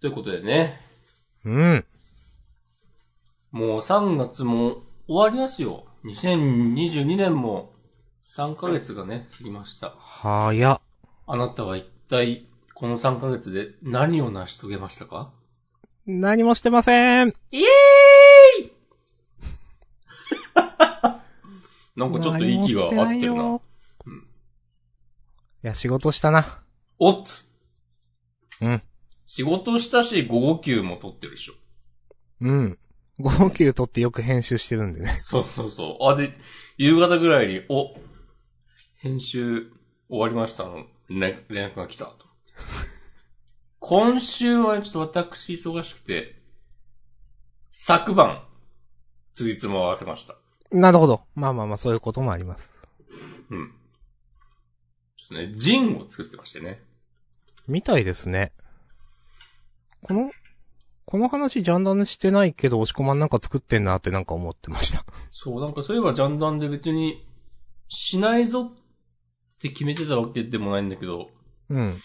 ということでね、うん。もう3月も終わりますよ。2022年も3ヶ月がね、過ぎました。早っ。あなたは一体、この3ヶ月で何を成し遂げましたか何もしてません。イエーイ なんかちょっと息が合ってる何なも。してないよいや、仕事したな。おっつうん。仕事したし、午後休も取ってるでしょ。うん。号泣取ってよく編集してるんでね。そうそうそう。あ、で、夕方ぐらいに、お、編集終わりましたの、連連絡が来たと。 今週はちょっと私忙しくて、昨晩、ついつも合わせました。なるほど。まあまあまあ、そういうこともあります。うん。ちょっとね、ジンを作ってましてね。みたいですね。この、この話ジャンダンしてないけど、押し込まんなんか作ってんなってなんか思ってました。そう、なんかそういえばジャンダンで別に、しないぞって決めてたわけでもないんだけど、うん。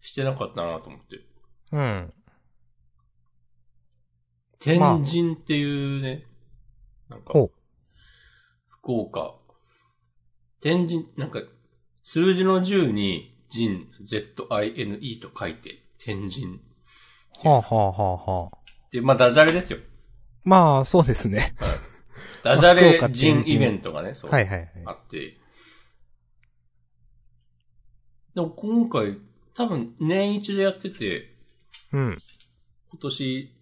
してなかったなと思って。うん。天まあ神っていうね、なんか、ほう福岡。天神、なんか、数字の10に、人、Z-I-N-E と書いて、天神。はあ、はあはあはあ、で、まあ、ダジャレですよ。まあ、そうです ね。ダジャまあレ福岡人天神イベントがね、そう、はいはいはい。あって。でも今回、多分年一でやってて、うん。今年、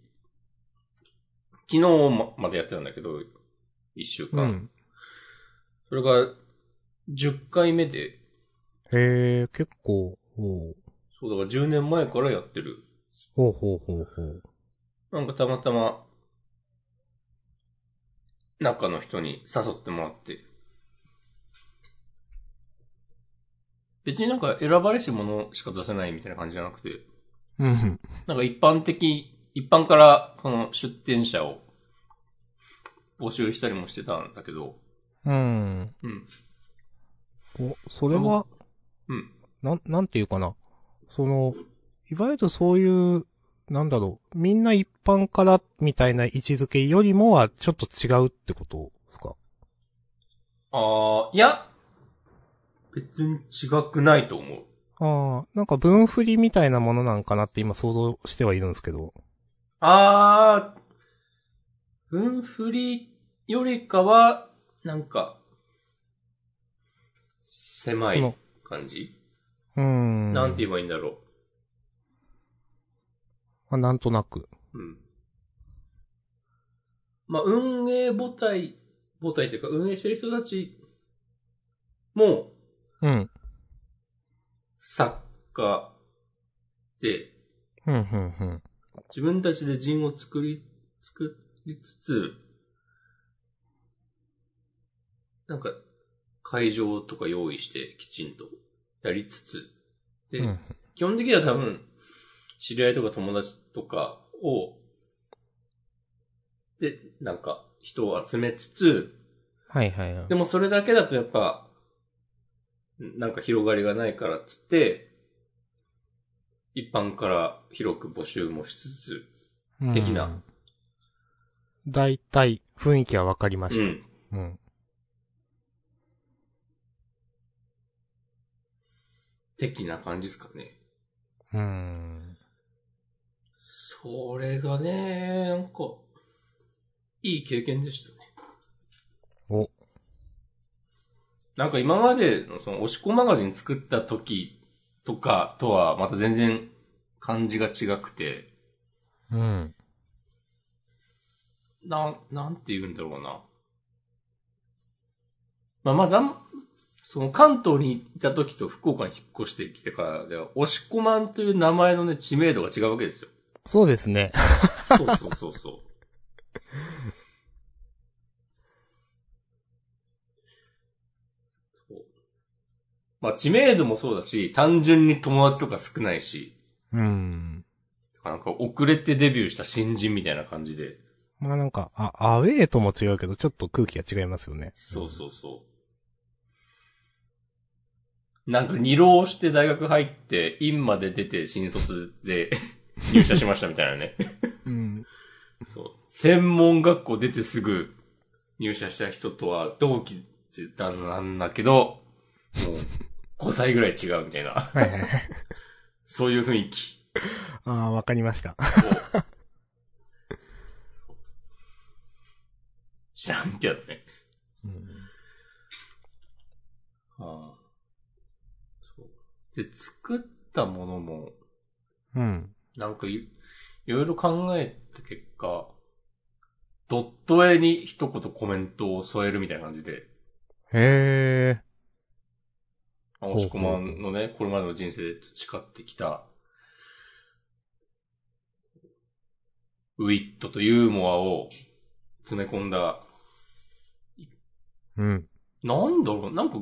昨日ままでやってたんだけど、一週う間。ん。それが、10回目で、へえ、結構、ほう。そうだから10年前からやってる。ほうほうほうほう。なんかたまたま、中の人に誘ってもらって。別になんか選ばれし者しか出せないみたいな感じじゃなくて、うん。なんか一般的、一般からこの出店者を募集したりもしてたんだけど、うん。うん。お、それは、うん。なん、なんていうかな。その、いわゆるそういう、なんだろう、みんな一般からみたいな位置づけよりもはちょっと違うってことですかあー、いや、別に違くないと思う。ああ、なんか分振りみたいなものなんかなって今想像してはいるんですけど。あー、分振りよりかは、なんか、狭そいの感じ、うーん。なんて言えばいいんだろまあなんとなく。う。うん。まあ、運営母体、母体というか、運営してる人たちも、うん。作家で、うん、うん、うん。自分たちで陣を作り、作りつつ、なんか、会場とか用意してきちんとやりつつ、で、うん基本的には多分、知り合いとか友達とかを、で、なんか、人を集めつつ、はいはいはい。でもそれだけだとやっぱ、なんか広がりがないからっつって、一般から広く募集もしつつ、うん的な。だいたい雰囲気はわかりましうた。ん。うん。的な感じですかね。うーん。それがね、なんか、いい経験でしたね。お。なんか今までのその、押し子マガジン作った時とかとはまた全然感じが違くて、うん。なん、なんて言うんだろうな。まあ、まずあん、その関東にいた時と福岡に引っ越してきてからでは、押し子マンという名前のね、知名度が違うわけですよ。そうですね。そうそうそうそう。そうまあ、知名度もそうだし、単純に友達とか少ないし、うん。なんか遅れてデビューした新人みたいな感じで、まあなんか、あ、アウェーとも違うけど、ちょっと空気が違いますよね。そうそうそう。なんか二浪して大学入って、院まで出て新卒で、入社しましたみたいなね。うん。そう。専門学校出てすぐ入社した人とは同期ってなんだけど、もう5歳ぐらい違うみたいな、はいはいはい。そういう雰囲気。 ああ、わかりました。知らんけどね。うんああそうで、作ったものも、うん。なんかい、いろいろ考えた結果、ドット絵に一言コメントを添えるみたいな感じで、へえ。まあ押し込まんのね、これまでの人生で培ってきた、ウィットとユーモアを詰め込んだ、うん。なんだろう、なんか、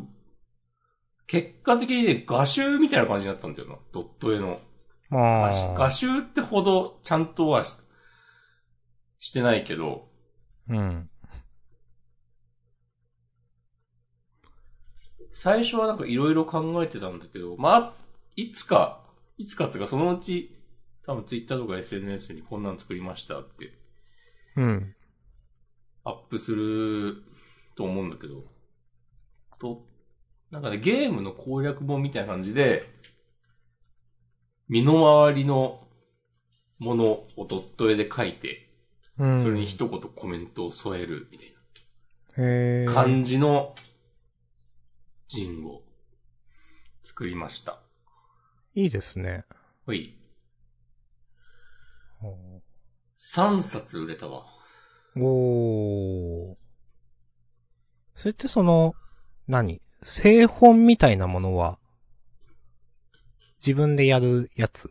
結果的にね、画集みたいな感じになったんだよな、ドット絵の。ま画あ集画集ってほどちゃんとはししてないけど、うん。最初はなんかいろいろ考えてたんだけど、まあ、いつか、いつかつうかそのうち、多分ツイッターとか SNS にこんなん作りましたって、うん。アップすると思うんだけど、と、なんかね、ゲームの攻略本みたいな感じで、身の回りのものをドット絵で書いて、うん。それに一言コメントを添えるみたいな。へえ。漢字の人を作りました。いいですね。はい。お3冊売れたわ。ーおー。それってその、何製本みたいなものは、自分でやるやつ。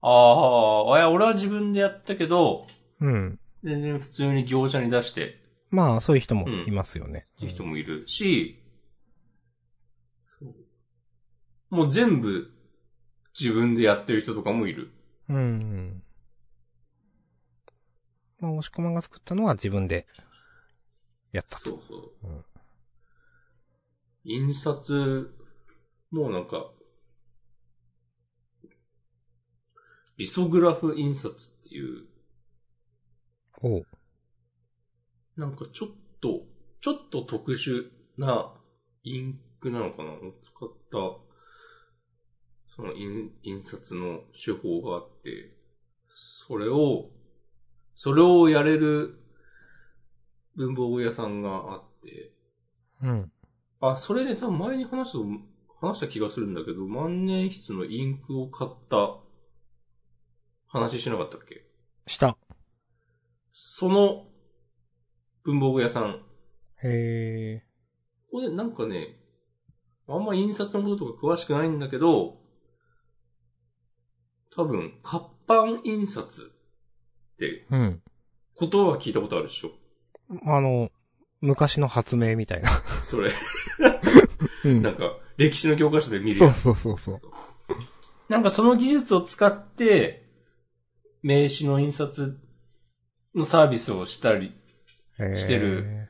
ああ、いや、俺は自分でやったけど、うん。全然普通に業者に出してまあ、そういう人もいますよね。っていう人もいるし、もう全部自分でやってる人とかもいる。うん。うんまあ、押し込まんが作ったのは自分で、やったそと。うそうう。ん印刷、もうなんか、リソグラフ印刷っていう、おう。なんかちょっと、ちょっと特殊なインクなのかなを使った、その印印刷の手法があって、それを、それをやれる文房具屋さんがあって、うん。あ、それね、多分前に話した、話した気がするんだけど、万年筆のインクを買った話しなかったっけした。その文房具屋さんへえ。これなんかね、あんま印刷のこととか詳しくないんだけど、多分、活版印刷ってうん。ことは聞いたことあるでしょあの、昔の発明みたいな。それ、 うんなんか、歴史の教科書で見るそやうつ。そうそうそう。なんかその技術を使って、名刺の印刷のサービスをしたりえーしてる。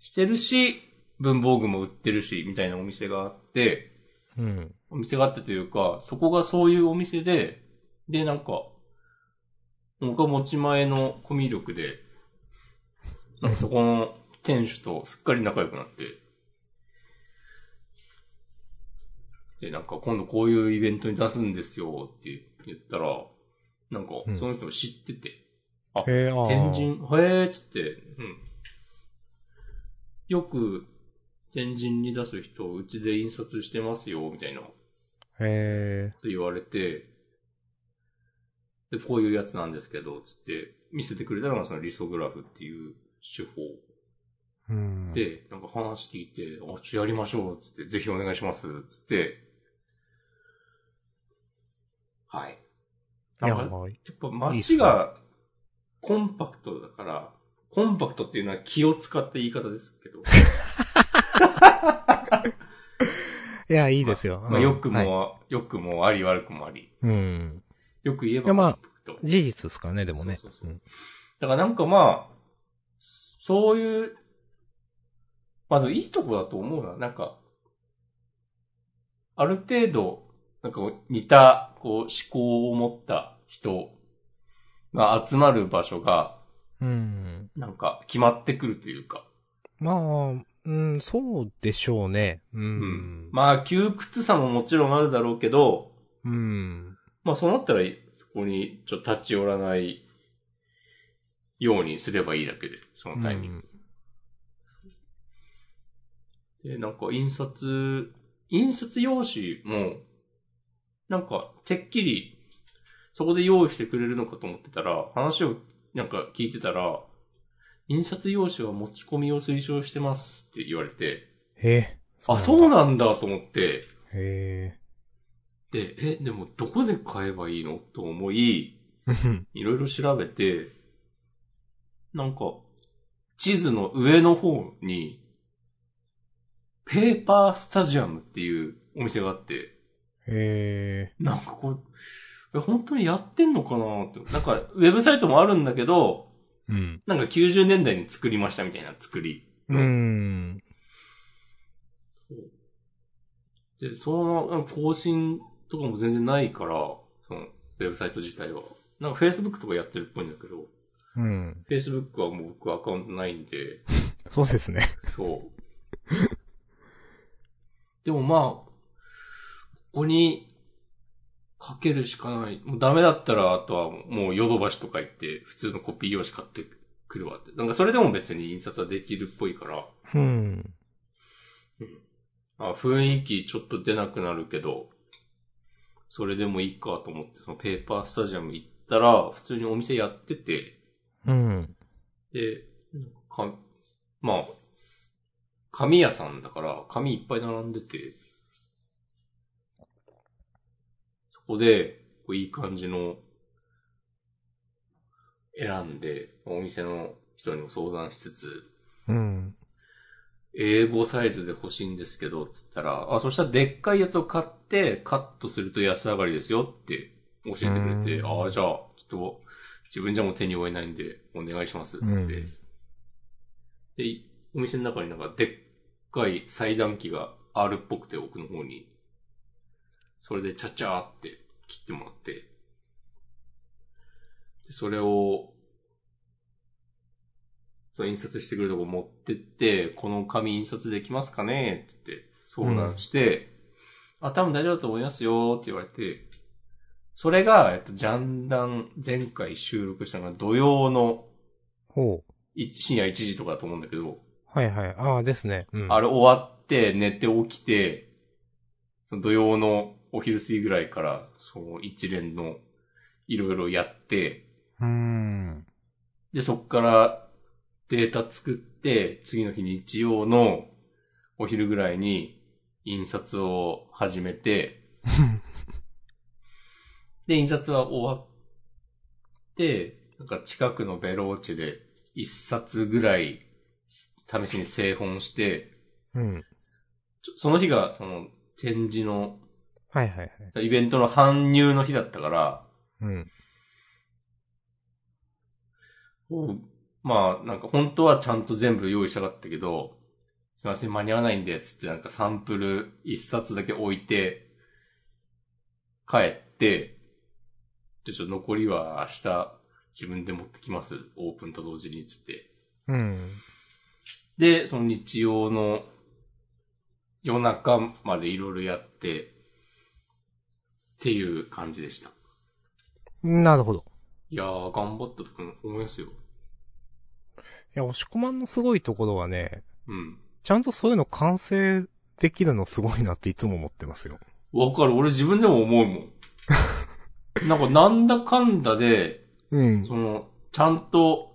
してるし、文房具も売ってるし、みたいなお店があって、うん。お店があってというか、そこがそういうお店で、で、なんか、僕は持ち前のコミュ力で、なんかそこの店主とすっかり仲良くなって、で、なんか今度こういうイベントに出すんですよって言ったら、なんかうんその人も知ってて、えー、あー天。神、へえーっつって、うん。よく天神に出す人、うちで印刷してますよ、みたいな。えって言われて、で、こういうやつなんですけど、つって、見せてくれたのがそのリソグラフっていう手法ー。うん。で、なんか話聞いて、あ、ちょ、やりましょう、つって、ぜひお願いします、つって、はい。いなんや、か、やまあいっぱ街がコンパクトだから、コンパクトっていうのは気を使った言い方ですけど、や、いいですよ。まあ、うん良くはいも、良くもあり悪くもあり、うん。よく言えいやばまあコンパクト。事実ですからね、でもね。そうそうそううんだからなんかまあ、そういう、まあでもいいとこだと思うな。なんか、ある程度、なんか似た、こう、思考を持った人が集まる場所が、うん。なんか決まってくるというか、まあ、うん、そうでしょうね。う。うんまあ、窮屈さももちろんあるだろうけど、うん。まあそうなったら、そこにちょっと立ち寄らないようにすればいいだけで、そのタイミング。で、なんか印刷、印刷用紙も、なんか、てっきり、そこで用意してくれるのかと思ってたら、話をなんか聞いてたら、印刷用紙は持ち込みを推奨してますって言われて、へえ。あ、そうなんだと思って、へで、え、でもどこで買えばいいのと思い、え。うんいろいろ調べて、なんか、地図の上の方に、ペーパースタジアムっていうお店があって、へえ。なんかこう、え本当にやってんのかなって。なんか、ウェブサイトもあるんだけど、うん。なんか90年代に作りましたみたいな作り。うん。で、そのなんか更新とかも全然ないから、その、ウェブサイト自体は。なんか Facebook とかやってるっぽいんだけど、うん。 Facebook はもう僕アカウントないんで、そうですね。そう。 でもまあ、ここにかけるしかない。もうダメだったら、あとはもうヨドバシとか行って、普通のコピー用紙買ってくるわって。なんかそれでも別に印刷はできるっぽいから、うん。あ雰囲気ちょっと出なくなるけど、それでもいいかと思って、そのペーパースタジアム行ったら、普通にお店やってて、うん。で、なんかか、まあ、紙屋さんだから、紙いっぱい並んでて、そこで、こういい感じの、選んで、お店の人にも相談しつつ、うん。 A5 サイズで欲しいんですけど、つったら、あ、そしたらでっかいやつを買って、カットすると安上がりですよって教えてくれて、うんああ、じゃあ、ちょっと、自分じゃもう手に負えないんで、お願いします、つって。うんで、いお店の中になんかでっかい裁断機が R っぽくて奥の方に、それでちゃちゃーって切ってもらって、でそれをそう、印刷してくるとこ持ってって、この紙印刷できますかねって言って相談して、あ、多分大丈夫だと思いますよって言われて、それが、えっと、ジャンダン前回収録したのが土曜のほう。い深夜1時とかだと思うんだけど、はいはい。ああ、ですね。うん。あれ終わって寝て起きて、その土曜のお昼過ぎぐらいから、その一連のいろいろやって、うん。で、そっからデータ作って、次の日日曜のお昼ぐらいに印刷を始め て、で、印刷は終わって、なんか近くのベローチェで一冊ぐらい試しに製本して、うん。ちょその日がその展示の、はいはいはい。イベントの搬入の日だったから、うん。まあ、なんか本当はちゃんと全部用意したかったけど、すいません、間に合わないんで、つってなんかサンプル一冊だけ置いて、帰って、で、ちょっと残りは明日自分で持ってきます。オープンと同時に、つって。うん。で、その日曜の夜中までいろいろやって、っていう感じでした。なるほど。いやー、頑張ったと思いますよ。いや、押し込まんのすごいところはね、うん。ちゃんとそういうの完成できるのすごいなっていつも思ってますよ。わかる。俺自分でも思うもん。なんかなんだかんだで、うん。その、ちゃんと、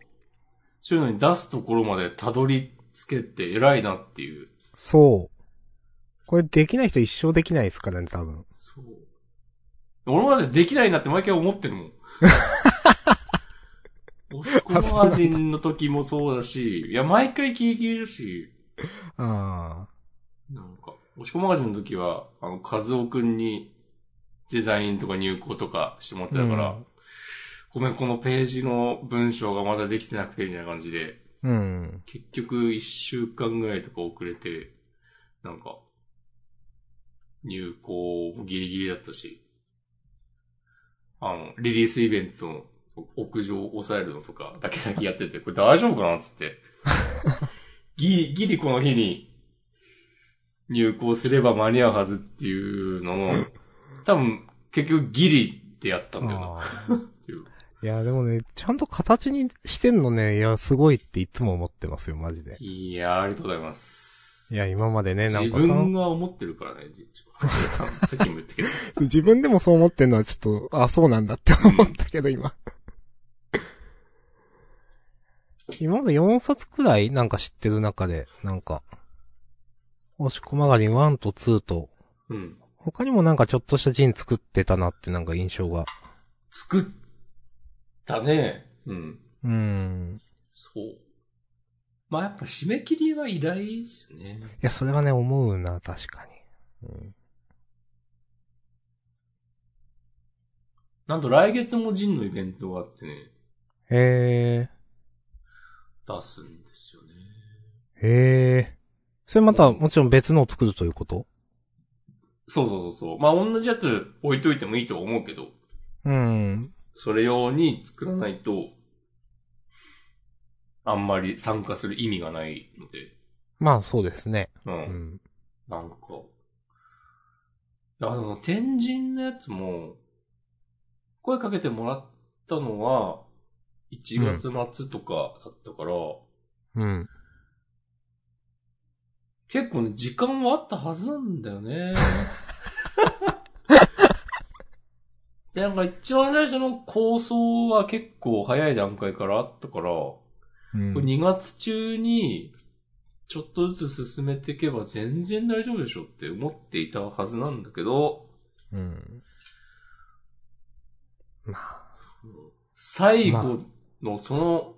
そういうのに出すところまでたどり着けて偉いなっていう。そう。これできない人一生できないですからね、多分。そう。俺までできないなって毎回思ってるもん。オスコマ人の時もそうだし、いや、毎回キリキリだし、ああ。なんか、押し込マガジンの時は、あの、和夫くんにデザインとか入稿とかしてもらってたから、うんごめん、このページの文章がまだできてなくてみたいな感じで、うん。結局一週間ぐらいとか遅れて、なんか、入稿ギリギリだったし、あの、リリースイベントの屋上を抑えるのとか、だけ先やってて、これ大丈夫かなっつって。 ギリ、ギリこの日に入校すれば間に合うはずっていうのを、多分、結局ギリでやったんだよな。あっていうーいや、でもね、ちゃんと形にしてんのね、いや、すごいっていつも思ってますよ、マジで。いやー、ありがとうございます。いや、今までね、なん自かさ、分が思ってるからね、実は。さっきも言った けど。自分でもそう思ってんのはちょっと、あ、そうなんだって思ったけど、今。今まで4冊くらいなんか知ってる中で、なんか、押し込まがり1と2と、うん。他にもなんかちょっとした陣作ってたなってなんか印象が。作ったね。うん。うーん。そう。まあやっぱ締め切りは偉大ですよね。いや、それはね、思うな、確かに。うんなんと来月もジンのイベントがあってね、え出すんですよね。ー、えー。それまた、もちろん別のを作るということそうそうそうそう。まあ同じやつ置いといてもいいとは思うけど、うん。それ用に作らないと、あんまり参加する意味がないので。まあ、そうですね。うん。うん。なんか。いや、でも天神のやつも、声かけてもらったのは、1月末とかだったから、うん。結構ね、時間はあったはずなんだよね。で、なんか一番最初の構想は結構早い段階からあったから、うんこれ2月中に、ちょっとずつ進めていけば全然大丈夫でしょって思っていたはずなんだけど、うん。まあ、最ま後のその、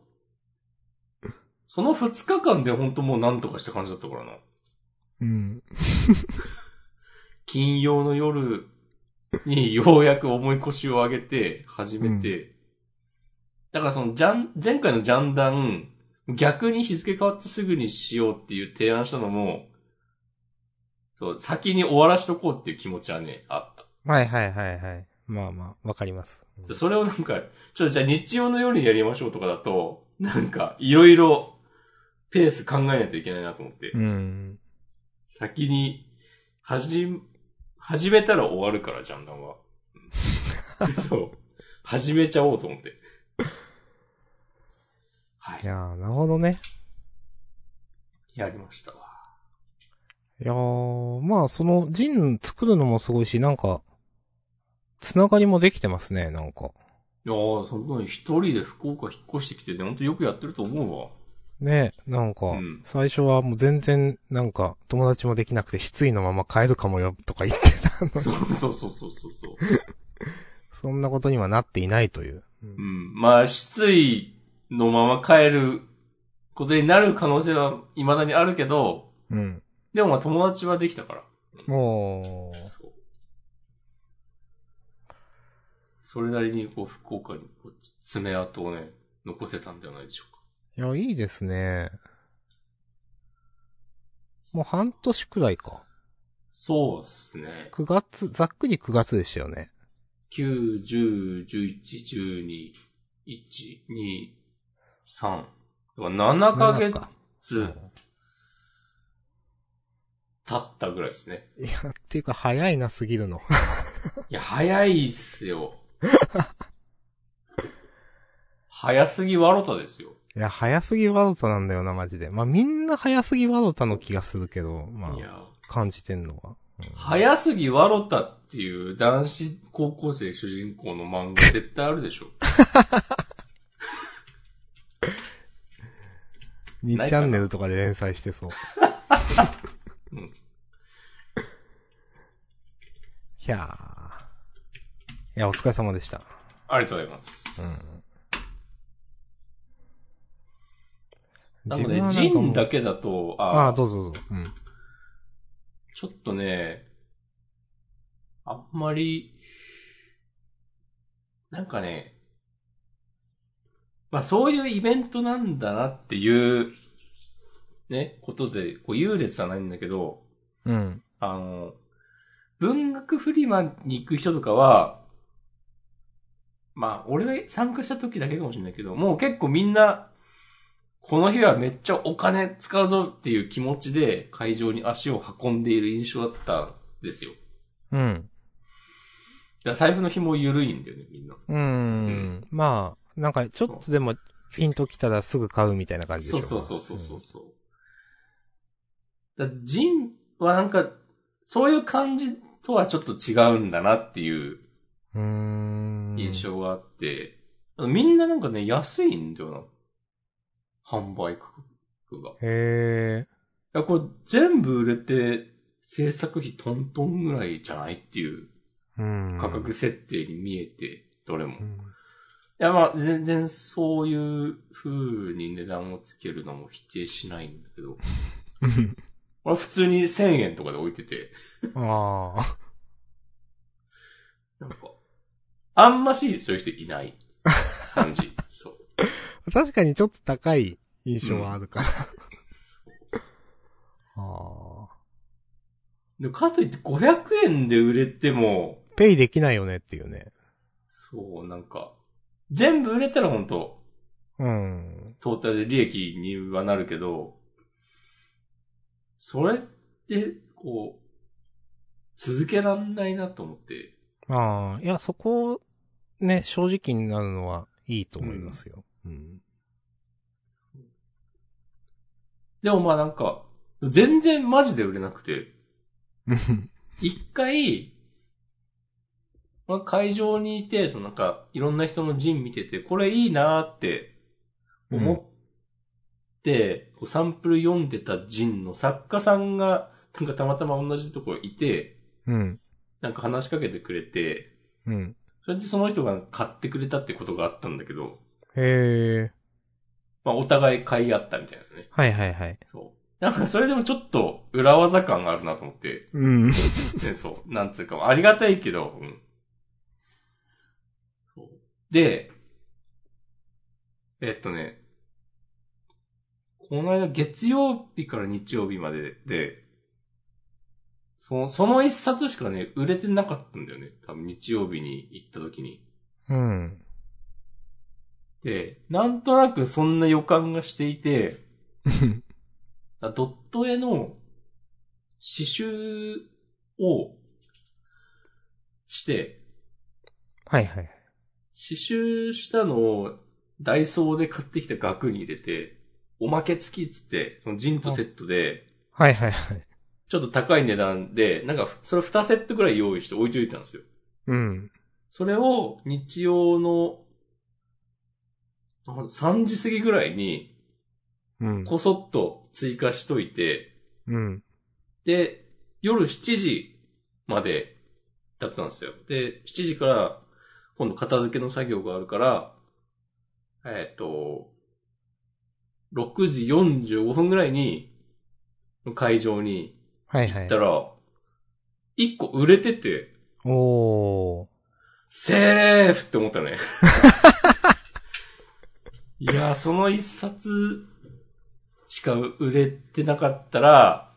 その2日間で本当もうなんとかした感じだったからな。うん。金曜の夜にようやく重い腰を上げて始めて、だからそのジャン、前回のジャンダン、逆に日付変わってすぐにしようっていう提案したのも、そう、先に終わらしとこうっていう気持ちはね、あった。はいはいはいはい。まあまあ、わかります。でそれをなんか、ちょっとじゃあ日曜の夜にやりましょうとかだと、なんか、いろいろ、ペース考えないといけないなと思って、うん。先に、始め、始めたら終わるから、ジャンダ ンは。そう。始めちゃおうと思って。はいい。やー、なるほどね。やりましたわ。いやー、まあ、その、ジン作るのもすごいし、なんか、つながりもできてますね、なんか。いやー、その一人で福岡引っ越してきてね、ほんとよくやってると思 うわ。ね、なんかうん、最初はもう全然、なんか、友達もできなくて、失意のまま帰るかもよ、とか言ってたの。そうそうそうそうそうそう。そんなことにはなっていないという。うん。まあ、失意のまま帰ることになる可能性は未だにあるけど、うん。でもまあ友達はできたから。もそう。それなりにこう、福岡にこう爪痕をね、残せたんではないでしょうか。う、いや、いいですね。もう半年くらいか。そうっすね。 9月、ざっくり9月でしたよね。 9、10、11、12、1、2、3。7ヶ7か月経ったぐらいですね。いや、っていうか早いなすぎるの。いや、早いっすよ。早すぎワロタですよ。いや、早すぎワロタなんだよな、マジで。まあ、みんな早すぎワロタの気がするけど、まいあ、や、感じてんのは。早すぎワロタっていう男子高校生主人公の漫画絶対あるでしょ。 2チャンネルとかで連載してそう。 うんいやー。いや、お疲れ様でした。ありがとうございます。なので、ジンだけ。けだと、あああ、どうぞどうぞ。うん。ちょっとね、あんまり、なんかね、まあそういうイベントなんだなっていう、ね、ことで、こう優劣はないんだけど、うん。あの、文学フリマに行く人とかは、まあ、俺が参加した時だけかもしれないけど、もう結構みんな、この日はめっちゃお金使うぞっていう気持ちで会場に足を運んでいる印象だったんですよ。うん。だから財布の紐緩いんだよね、みんな。うーん。まあ、なんかちょっとでも、ピンときたらすぐ買うみたいな感じでしそょうそうそうそうそうそう。だジンはなんか、そういう感じとはちょっと違うんだなっていうう。うん。うーん。印。象があって、あのみんななんかね、安いんだよな。販売価格が。いへえ。や、これ全部売れて、制作費トントンぐらいじゃないっていううん。価格設定に見えて、どれも。ういん。や、まあ、全然そういう風に値段をつけるのも否定しないんだけど、 うん。俺普通に1000円とかで置いてて、ああ。なんか、あんましそういう人いない感 じ。そう。 確かにちょっと高い印象はあるから。 ああ。でかといって500円で売れても、ペイできないよねっていうね。そう、なんか、全部売れたら本当うん。トータルで利益にはなるけど、それって、こう、続けらんないなと思って。ああ、いや、そこ、ね、正直になるのはいいと思いますよ。うん。でもまあなんか、全然マジで売れなくて、うん。一回、まあ、会場にいて、そのなんか、いろんな人の陣見てて、これいいなーって思って、こうサンプル読んでた陣の作家さんが、なんかたまたま同じとこいて、うん。なんか話しかけてくれて、うん。それでその人が買ってくれたってことがあったんだけど、へえ。まあお互い買い合ったみたいなね。はいはいはい。そう。なんかそれでもちょっと裏技感があるなと思って、うん。ね、そう。なんつうか、ありがたいけど、うん。そうで、えっとね、この間月曜日から日曜日までで、その、その一冊しかね、売れてなかったんだよね。多分日曜日に行った時に。うん。で、なんとなくそんな予感がしていて、あドット絵の刺繍をして、 はいはい。刺繍したのをダイソーで買ってきた額に入れて、おまけ付きっつって、そのジンとセットで、はいはいはい。ちょっと高い値段で、なんか、それ2セットぐらい用意して置いといたんですよ。うん。それを日曜の、あ3時過ぎぐらいに、うん。こそっと追加しといて、うん。で、夜7時までだったんですよ。で、7時から、今度片付けの作業があるから、えっ、と、6時45分ぐらいに、会場にはい行はっいた。ら、1個売れてて、おー。セーフって思 ったね。いやー、その一冊しか売れてなかったら、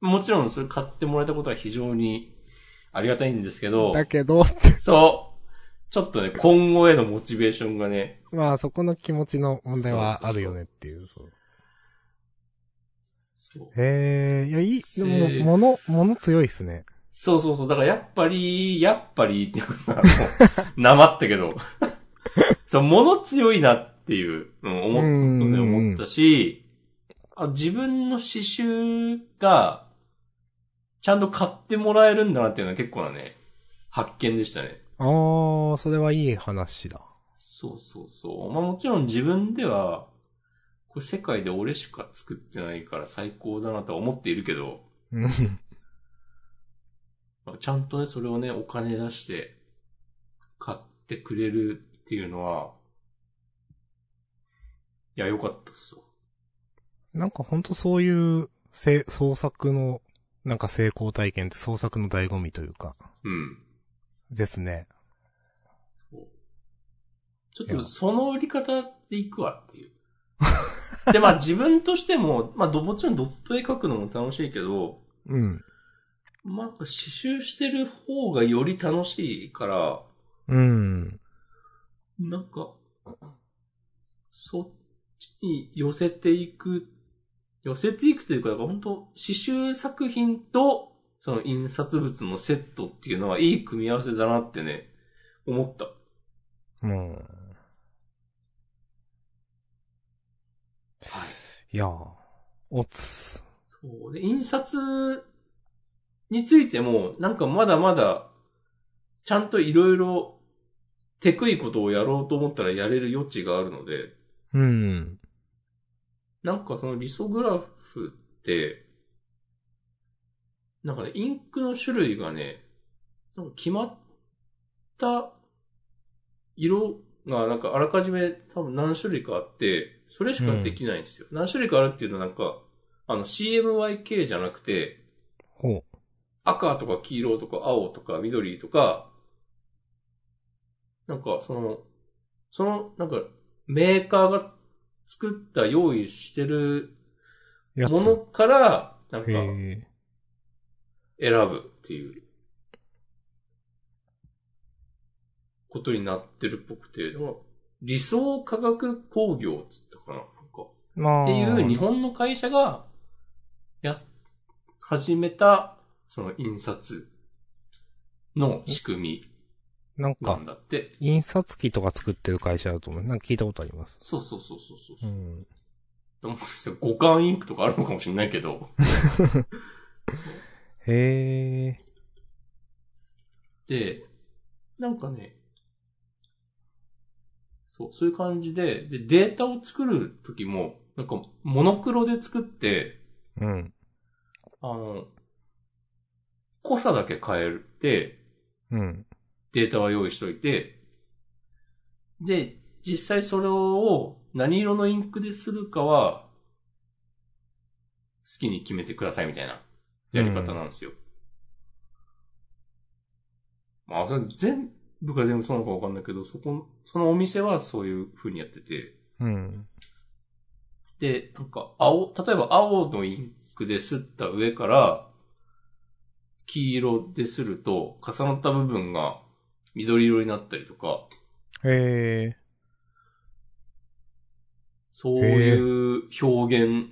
もちろんそれ買ってもらえたことは非常にありがたいんですけど、だけど、そう、ちょっとね、今後へのモチベーションがね、まあそこの気持ちの問題はあるよねっていう。そそううへえ、いや、いい、せーでも、もの、もの強いっすね。そうそうそう、だからやっぱり、やっぱりっていうのが、もうなまったけど、そう、物強いなっていう、うん、思っうんね、うんうん思ったし、あ自分の刺繍が、ちゃんと買ってもらえるんだなっていうのは結構なね、発見でしたね。あー、それはいい話だ。そうそうそう。まあもちろん自分では、これ世界で俺しか作ってないから最高だなとは思っているけど、うん。まあちゃんとね、それをね、お金出して、買ってくれるっていうのは、いや、良かったっすわ。なんかほんとそういう、せ、創作の、なんか成功体験って創作の醍醐味というか、うん。ですね。そうちょっいとやその売り方でいくわっていう。で、まあ自分としても、まあどもちろんドット絵描くのも楽しいけど、うん。まあ刺繍してる方がより楽しいから、うん。なんか、そっちに寄せていく、寄せていくというか、本当刺繍作品と、その印刷物のセットっていうのはいい組み合わせだなってね、思った。うん。はい。いやー、おつ。そう。で、印刷についても、なんかまだまだ、ちゃんといろいろ、テクいことをやろうと思ったらやれる余地があるので、うん。なんかそのリソグラフって、なんかね、インクの種類がね、なんか決まった色がなんかあらかじめ多分何種類かあって、それしかできないんですよ。何種類かあるっていうのはなんか、あの CMYK じゃなくて、ほ赤とか黄色とか青とか緑とか、なんかその、その、なんかメーカーが作った用意してるう。やつ。ものから、なんかへえ。選ぶっていう、ことになってるっぽくて、なんか理想科学工業っつったかな、なんか。まあ。っていう日本の会社が、や、始めた、その印刷の仕組なんみなかん、だって。印刷機とか作ってる会社だと思う。なんか聞いたことあります。そうそうそうそうそうう。ん。もしかしたら五感インクとかあるのかもしれないけど。へえ。で、なんかね、そう、そういう感じで、で、データを作るときも、なんか、モノクロで作って、うん。あの、濃さだけ変えて、うん。データは用意しといて、で、実際それを何色のインクでするかは、好きに決めてくださいみたいなやり方なんですよ。まあ、それ全部が全部そうなのかわかんないけど、そこ、そのお店はそういう風にやってて、うん。で、なんか、青、例えば青のインクですった上から、黄色ですると、重なった部分が緑色になったりとか、へえ。そういう表現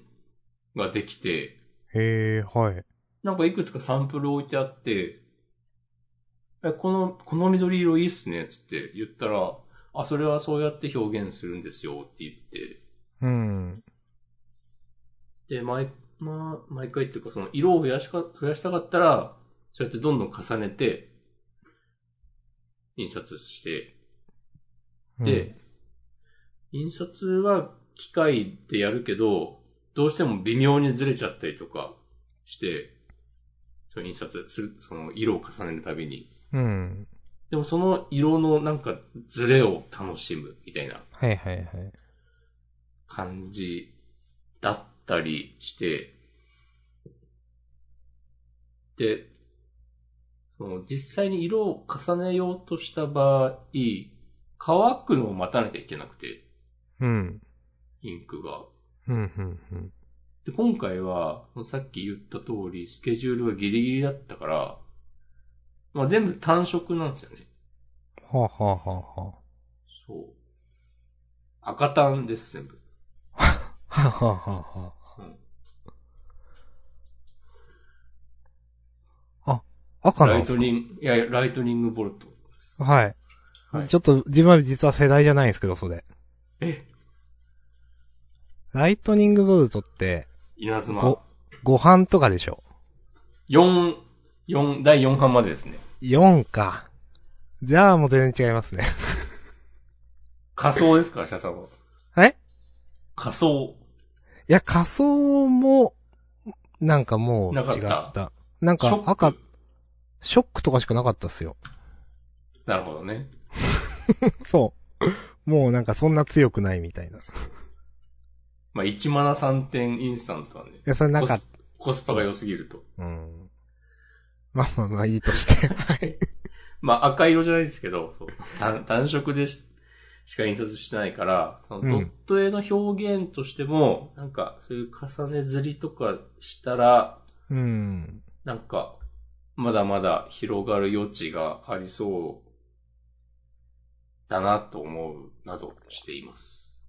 ができて、へえ、はい。なんかいくつかサンプル置いてあって、え、この、この緑色いいっすね、つって言ったら、あ、それはそうやって表現するんですよ、って言ってうん。て。で、毎、まあ、毎回っていうか、その色を増やしか、増やしたかったら、そうやってどんどん重ねて、印刷して、で、印刷は機械でやるけど、どうしても微妙にずれちゃったりとかして、その印刷する、その色を重ねるたびに。うん、うん。でもその色のなんかずれを楽しむみたいなはいはいはい。感じだったりして、で、その実際に色を重ねようとした場合、乾くのを待たなきゃいけなくて、うん。インクが。うん、うん、うん。で、今回は、さっき言った通り、スケジュールがギリギリだったから、まあ全部単色なんですよね。はあ、はあはあはそう。赤単です、全部。あ、はあ、はあはあはうんあ。赤なラんイですトかニング、いやいや、ライトニングボルトです。はい。はいちょっと、自分は実は世代じゃないんですけど、それ。えライトニングボルトって、稲妻ご。、ご飯とかでしょ4、四第4版までですね。 ?4 か。じゃあもう全然違いますね。 仮想ですから、シャさんは。え仮想。いや、仮想も、なんかもう違なっ。かったたなんシかョッ赤ク、。ショックとかしかなかったっすよ。なるほどね。そう。 もうなんかそんな強くないみたいな。いまあ、1マナ3点インスタントはね、や、それなかっコスコスパが良すぎると。た。うん。まあまあまあいいと して。はい。まあ赤色じゃないですけど、そう単単色でししか印刷してないから、そのドット絵の表現としても、なんかそういう重ねずりとかしたら、うん。なんかまだまだ広がる余地がありそうだなと思うなどしています。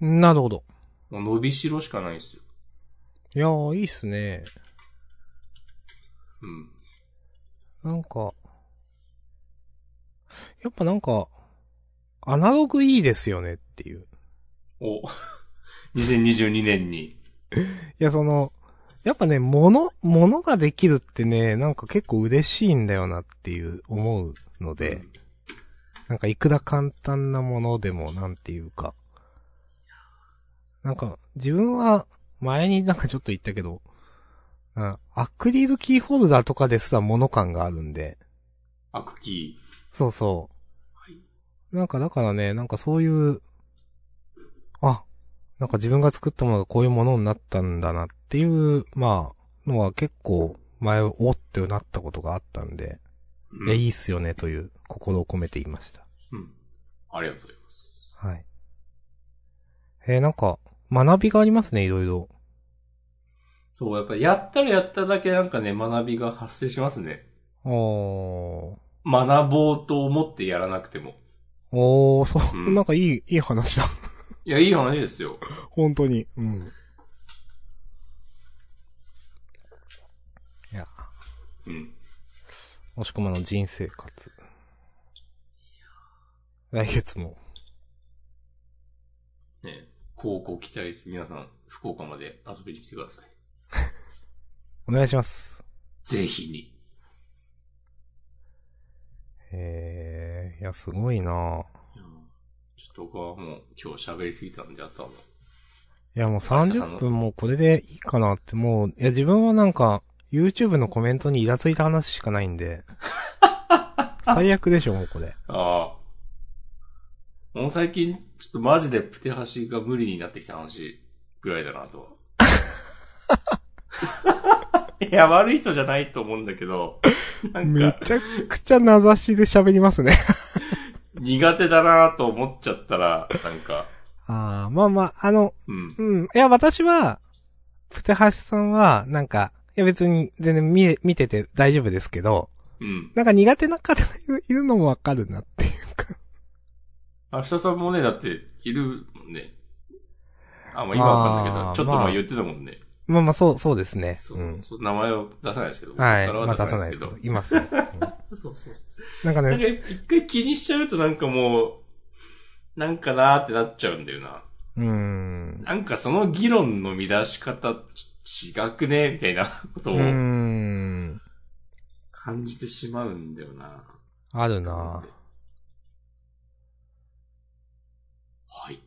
なるほど。もう伸びしろしかないですよ。いやー、いいっすね。うん。なんか、やっぱなんか、アナログいいですよねっていう。お、2022年に。いや、その、やっぱね、物、物ができるってね、なんか結構嬉しいんだよなっていう思うので、うんなんかいくら簡単なものでもなんていうか。なんか自分は前になんかちょっと言ったけど、うんアクリルキーホルダーとかですら物感があるんで、アクキー。そうそはい。う。なんかだからね、なんかそういう、あ、なんか自分が作ったものがこういうものになったんだなっていう、まあ、のは結構前、おってなったことがあったんで、ういん、や、いいっすよねという心を込めて言いました。うん。ありがとうございます。はい。えー、なんか、学びがありますね、いろいろ。そう、やっぱやったらやっただけなんかね、学びが発生しますね。おー。学ぼうと思ってやらなくても。おー、そう、うんなんかいい、いい話だ。 いや、いい話ですよ。本当に。うん。いや、うん。もしくもの人生活。来月も。ね、高校期待です。皆さん、福岡まで遊びに来てください。お願いします。ぜひに。えー、いや、すごいないやちょっと僕はもう今日喋りすぎたんで、あとはもう。いや、もう明日さん30の分もうこれでいいかなって、もう、いや、自分はなんか、YouTube のコメントにイラついた話しかないんで。最悪でしょ、もうこれ。ああ。もう最近、ちょっとマジでプテハシが無理になってきた話ぐらいだな とは。いや、悪い人じゃないと思うんだけど、なんめかちゃくちゃ名指しで喋りますね。苦手だなと思っちゃったら、なんか、ああ、まあまあ、あの、うん。うん。いや、私は、プテハシさんは、なんか、いや別に全然見え、見てて大丈夫ですけど、うん。なんか苦手な方がいるのもわかるなっていうか。明日さんもね、だって、いるもんね。あ、まあ今わかんないけあどー、ちょっとままああ言ってたもんね。まあまあ、そう、そうですね。。そううんそう名前を出さないですけど、はい。僕まあからは出出さないいさなでですすけけどど、。います ね。うんそうそうそう。なんかなん ね、か一回気にしちゃうとなんかもう、なんかなーってなっちゃうんだよな。うーん。なんかその議論の見出し方、ち違くねみたいな ことうをーん。感じてしまうんだよな。あるなぁ。はい。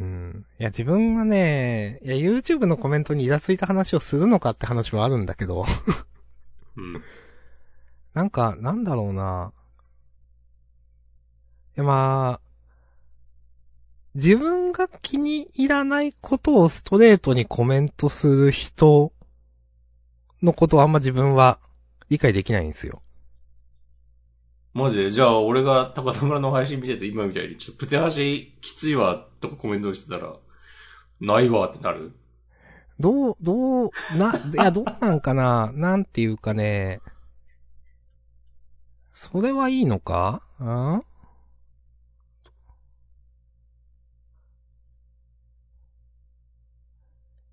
うん。いや、自分はね、いや、YouTube のコメントにイラついた話をするのかって話もあるんだけど、 うん。なんか、なんだろうな。いや、まあ、自分が気に入らないことをストレートにコメントする人のことをあんま自分は理解できないんですよ。マジで、じゃあ俺が高田村の配信見てて今みたいに、ちょっとプテハシきついわとかコメントしてたら、ないわってなるどう、どう、な、いや、どうなんかななんていうかね。それはいいのかん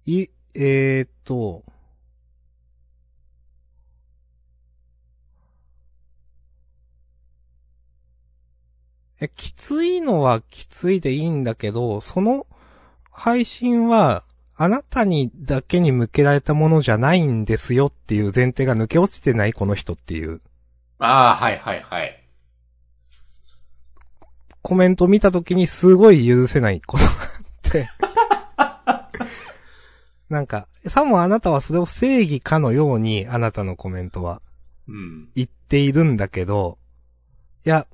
い、えーっと。え、きついのはきついでいいんだけど、その配信は、あなたにだけに向けられたものじゃないんですよっていう前提が抜け落ちてないこの人っていうああ、はいはいはい。コメントを見た時にすごい許せないことがあって。 なんか、さもあなたはそれを正義かのようにあなたのコメントはうん。言っているんだけど、いや、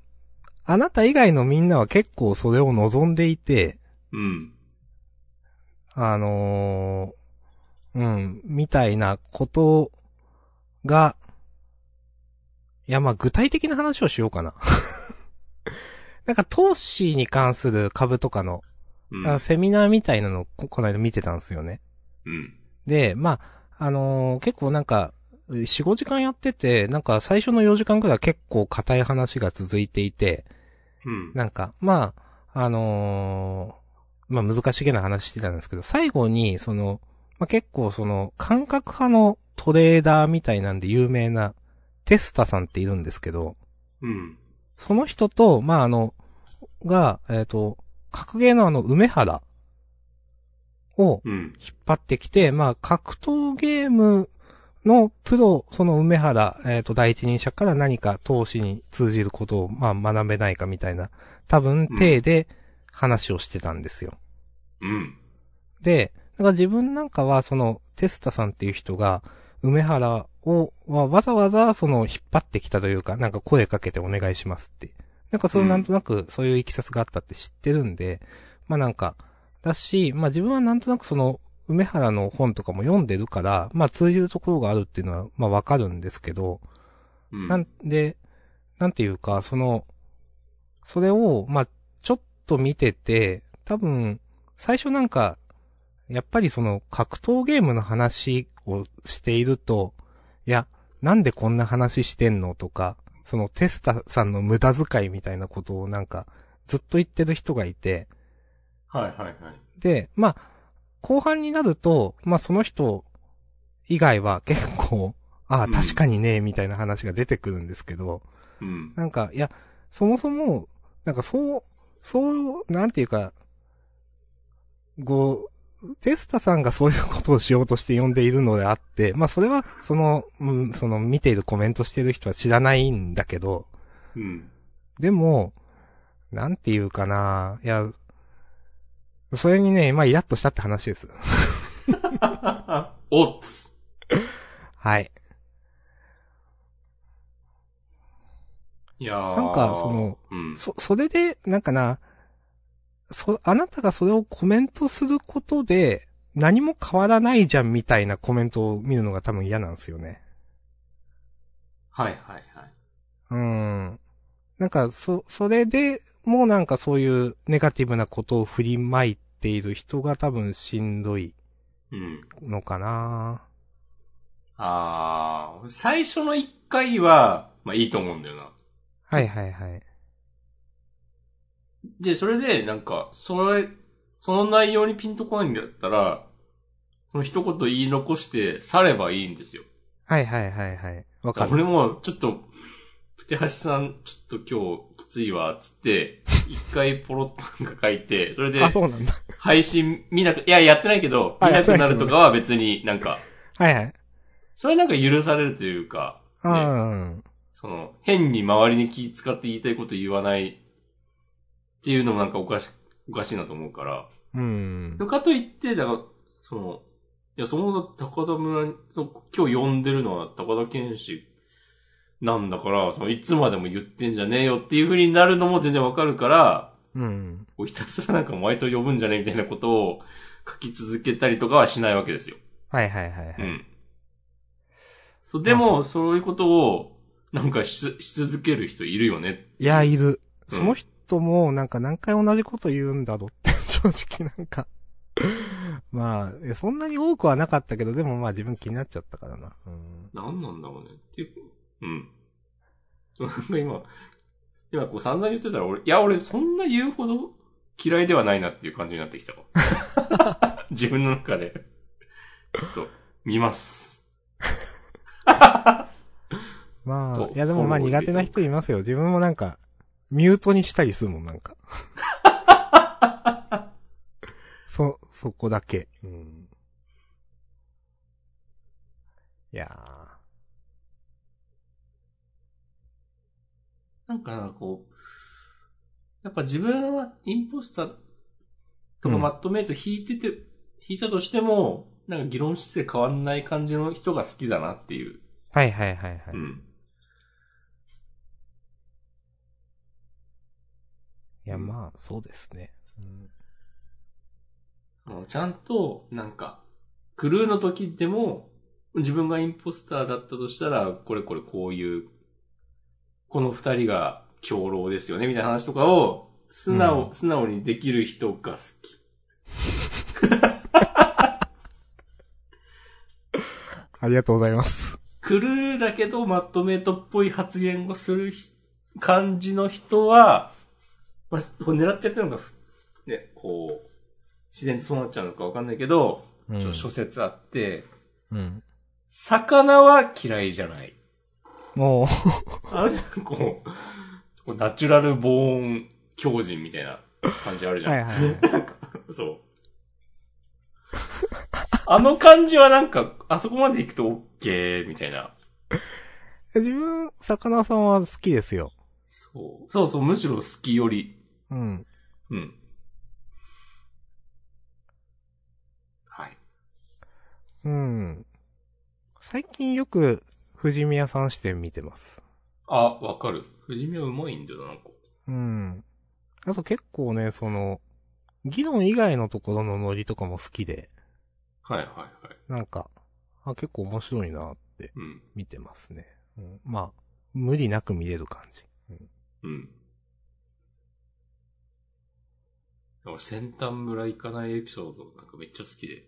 あなた以外のみんなは結構それを望んでいて、うん。あのー、うん、みたいなことが、いや、まあ、具体的な話をしようかな。 なんか、投資に関する株とかの、うん。あのセミナーみたいなのをここの間見てたんですよね。うん。で、まあ、あのー結構なんか、 4、5時間やってて、なんか最初の4時間くらいは結構硬い話が続いていて、うん。なんか、まあ、あのーまあ難しげな話してたんですけど、最後に、その、まあ結構その、感覚派のトレーダーみたいなんで有名な、テスタさんっているんですけど、うん。その人と、まあ、あの、が、えっ、と、格ゲーのあの、梅原をうん。引っ張ってきて、まあ、格闘ゲームのプロ、その梅原、えっ、と、第一人者から何か投資に通じることを、まあ、学べないかみたいな、多分、体で話をしてたんですよ。うん。で、なんか自分なんかは、その、テスタさんっていう人が、梅原を、はわざわざ、その、引っ張ってきたというか、なんか声かけてお願いしますって。なんかその、うんなんとなく、そういういきさつがあったって知ってるんで、まあなんか、だし、まあ自分はなんとなくその、梅原の本とかも読んでるから、まあ通じるところがあるっていうのは、まあわかるんですけど、うん。なんで、なんていうか、その、それを、まあ、ちょっと見てて、多分、最初なんか、やっぱりその格闘ゲームの話をしていると、いや、なんでこんな話してんのとか、そのテスタさんの無駄遣いみたいなことをなんか、ずっと言ってる人がいて、はいはいはい。で、まあ、後半になると、まあその人以外は結構、ああ、うん確かにね、みたいな話が出てくるんですけど、うん。なんか、いや、そもそも、なんかそう、そう、なんていうか、こう、テスタさんがそういうことをしようとして呼んでいるのであって、まあそれは、その、うん、その見ているコメントしてる人は知らないんだけど、 うん。でも、なんていうかな、いや、それにね、まあイラッとしたって話です。おっつ。はい。いやーなんかその、うん。そ、それで、なんかな、そ、あなたがそれをコメントすることで、何も変わらないじゃんみたいなコメントを見るのが多分嫌なんですよね。はいはいはい。うん。なんか、そ、それで、もうなんかそういうネガティブなことを振りまいている人が多分しんどいうん。のかなあー、最初の一回は、まあいいと思うんだよな。はいはいはい。で、それで、なんか、それ、その内容にピンとこないんだったら、その一言言い残して、去ればいいんですよ。はいはいはいはい。わか俺る。も、ちょっと、プテハシさん、ちょっと今日きついわ、つって、一回ポロッとなんか書いて、それであ、、そうなんだ。配信見なく、いや、やってないけど、あ見なくなるとかは別になんか、はいはい。それなんか許されるというか、うね、ん。その、変に周りに気使って言いたいこと言わないっていうのもなんかおかし、おかしいなと思うから、うん。かといって、だから、その、いや、そもそも高田村に、その今日呼んでるのは高田健志なんだから、そのいつまでも言ってんじゃねえよっていう風になるのも全然わかるから、うん。こうひたすらなんかもうあいつを呼ぶんじゃねえみたいなことを書き続けたりとかはしないわけですよ。はいはいはいはうい。ん。そう、でも、そういうことを、なんかし、し続ける人いるよね。いや、いる。うんその人も、なんか何回同じこと言うんだろうって、 正直なんか。まあ、えそんなに多くはなかったけど、でもまあ自分気になっちゃったからな。うん。なんなんだろうね。っていう、うん。なんか今、今こう散々言ってたら俺、いや俺そんな言うほど嫌いではないなっていう感じになってきた わ自分の中で。ちょっと、見ます。まあと、いやでもまあフォロー苦手な人いますよ。自分もなんか、ミュートにしたりするもん、なんか。 そ、そこだけ。うん。いやー。なんかな、こう、やっぱ自分はインポスターとかマットメイト引いてて、引いたとしても、なんか議論姿勢変わんない感じの人が好きだなっていう。はいはいはいはい。ういん。やまあ、そうですね。うんあのちゃんと、なんか、クルーの時でも、自分がインポスターだったとしたら、これこれこういう、この二人が強労ですよね、みたいな話とかを、素直、うん素直にできる人が好き。ありがとうございます。クルーだけどまとめとっぽい発言をするひ感じの人は、まあ、こう狙っちゃってるのが普通、ね、こう、自然とそうなっちゃうのかわかんないけど、うちょん。諸説あって、うん。魚は嫌いじゃない。もあれこう、こうナチュラルボーン強人みたいな感じあるう、じゃん。はいはい はい。そう。あの感じはなんか、あそこまで行くとオッケーみたいな。自分、魚さんは好きですよ。そう。そうそう、むしろ好きより。うん。うん。はい。うん。最近よく、富士宮さん視点見てます。あ、わかる。藤宮うまいんだよな、なんか。うん。あと結構ね、その、議論以外のところのノリとかも好きで、はいはいはい。なんか、あ、結構面白いなってうん。見てますね。うん、まあ、無理なく見れる感じ。うん。俺、先端村行かないエピソード、なんかめっちゃ好きで。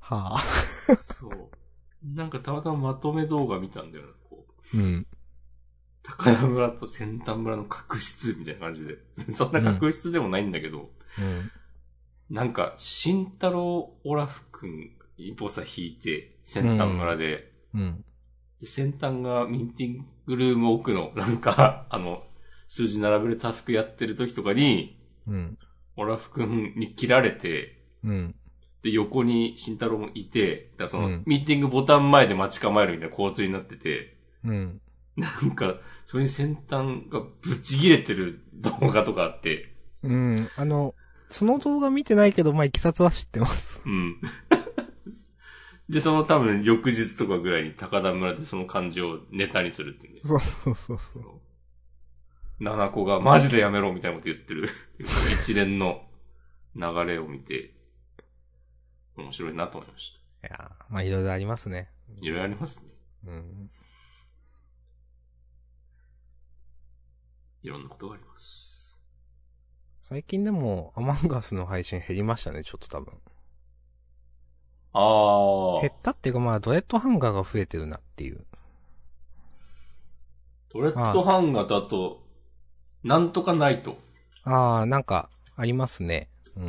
はあ。そう。なんかたまたままとめ動画見たんだよな、こう。うん。高田村と先端村の確執みたいな感じで。 そんな確執でもないんだけど、うん。なんか、慎太郎オラフ君、インポーサー引いて、先端村で、うん。で、先端がミーティングルーム奥の、なんか、 あの、数字並べるタスクやってる時とかに、うん。オラフ君に切られて、うん。で、横に慎太郎もいて、だからその、うんミーティングボタン前で待ち構えるみたいな構図になってて、うん。なんか、それに先端がぶち切れてる動画とかあって、うん。あの、その動画見てないけど、まあ、いきさつは知ってます。うん。 で、その多分翌日とかぐらいに高田村でその感じをネタにするっていう ね。そうそうそうそう。そう。七子がマジでやめろみたいなこと言ってる。 一連の流れを見て、面白いなと思いました。いやーまあ、いろいろありますね。いろいろありますね。うん。いろんなことがあります。最近でも、アマンガスの配信減りましたね、ちょっと多分。ああ減ったっていうか、まあ、ドレッドハンガーが増えてるなっていう。ドレッドハンガーだと、なんとかないと。ああ、なんか、ありますね。うん。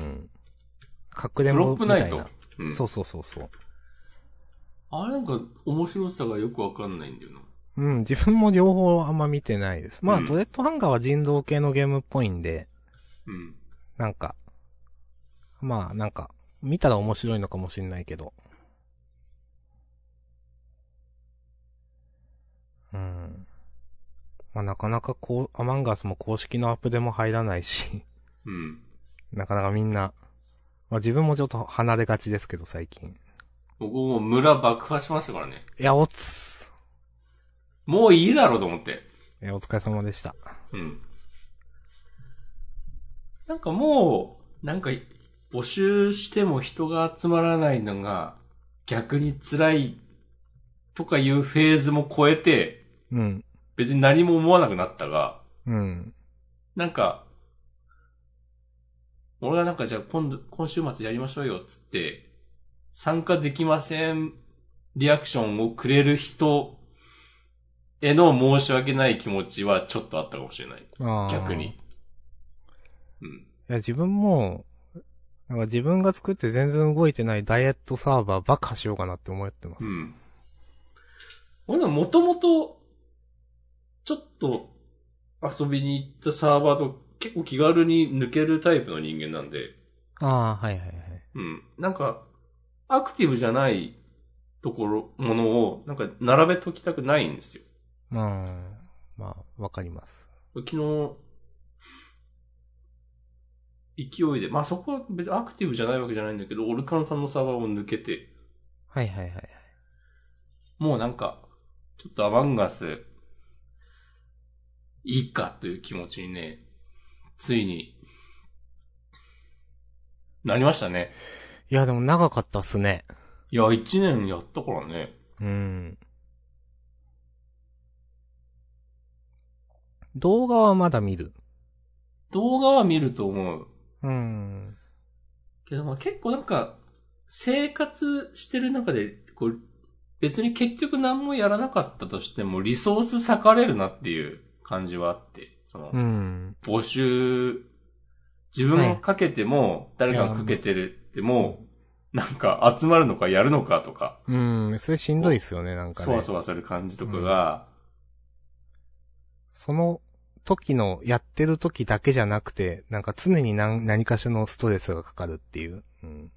隠れドロ物ップみなたいいとな。。うんそうそうそうそう。あれなんか面白さがよくわかんないんだよな。うん、自分も両方あんま見てないです。まあ、うんドレッドハンガーは人道系のゲームっぽいんで、うん。なんか、まあ、なんか、見たら面白いのかもしんないけど。うん。まあ、なかなかこう、アマンガスも公式のアップでも入らないし、 うん。なかなかみんな、まあ自分もちょっと離れがちですけど、最近。僕も村爆破しましたからね。いや、おつもういいだろうと思って。いや、お疲れ様でした。うん。なんかもう、なんか、募集しても人が集まらないのが、逆に辛いとかいうフェーズも超えて、うん。別に何も思わなくなったが、うん。なんか、俺がなんかじゃあ今度、今週末やりましょうよっつって、参加できませんリアクションをくれる人への申し訳ない気持ちはちょっとあったかもしれない。あー逆にい。うん。や、自分も、なんか自分が作って全然動いてないダイエットサーバー爆破しようかなって思ってます。うん。俺はもともと、ちょっと遊びに行ったサーバーと結構気軽に抜けるタイプの人間なんで、ああ、はいはいはい。うん。なんか、アクティブじゃないところ、ものを、なんか並べときたくないんですよ。まあ、まあ、わかります。昨日、勢いで、まあそこは別にアクティブじゃないわけじゃないんだけど、オルカンさんのサーバーを抜けて、はいはいはい。もうなんか、ちょっとアマンガス、いいかという気持ちにね、ついに、なりましたね。いや、でも長かったっすね。いや、一年やったからね。うん。動画はまだ見る。動画は見ると思う。うん。けどまあ結構なんか、生活してる中で、こう、別に結局何もやらなかったとしても、リソース割かれるなっていう感じはあって、その、うん。募集、自分がかけても、誰かがかけてるっても、なんか集まるのかやるのかとか、うん、それしんどいっすよね、なんかね。そわそわする感じとかが、その時の、やってる時だけじゃなくて、なんか常に何何かしらのストレスがかかるっていう。うん。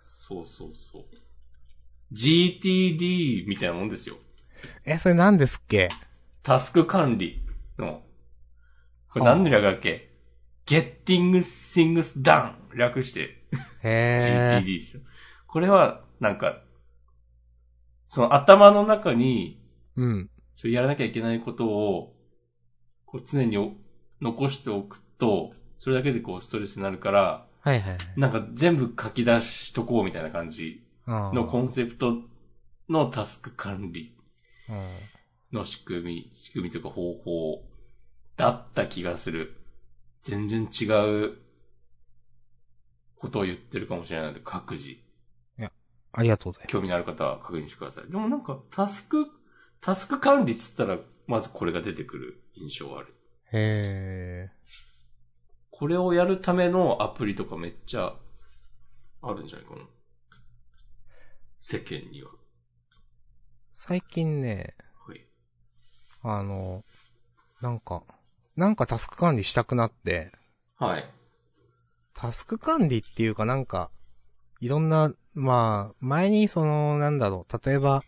そうそうそう。GTD みたいなもんですよ。え、それ何ですっけタスク管理の。これはあ何の略だっけ ?Getting Things Done! 略してへ GTD ですよ。これは、なんか、その頭の中に、ー。うん。そうやらなきゃいけないことを、こう常にお残しておくと、それだけでこうストレスになるから、はいはいはい。なんか全部書き出しとこうみたいな感じあーのコンセプトのタスク管理うんの仕組み、仕組みというか方法だった気がする。全然違うことを言ってるかもしれないので、各自。ありがとうございます。興味のある方は確認してください。でもなんか、タスク、タスク管理っつったら、まずこれが出てくる印象はある。へこれをやるためのアプリとかめっちゃあるんじゃないかな。世間には。ー。最近ね、はい。あの、なんか、なんかタスク管理したくなって、はい。タスク管理っていうかなんか、いろんな、まあ、前にその、なんだろう、例えば、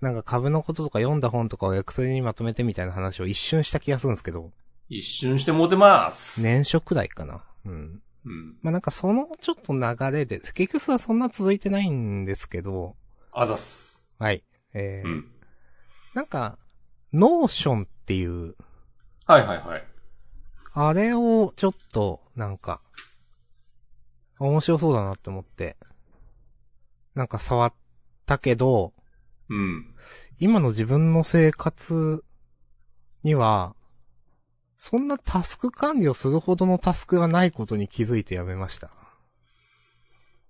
なんか株のこととか読んだ本とかを Excel にまとめてみたいな話を一瞬した気がするんですけど、一瞬してモテます。。年初くらいかな。うん。うん。まあなんかそのちょっと流れで、結局はそんな続いてないんですけど、あざっす。はい。えーうん。なんか、ノーションっていう、はいはいはい。あれをちょっと、なんか、面白そうだなって思って、なんか触ったけど、うん。今の自分の生活には、そんなタスク管理をするほどのタスクがないことに気づいてやめました。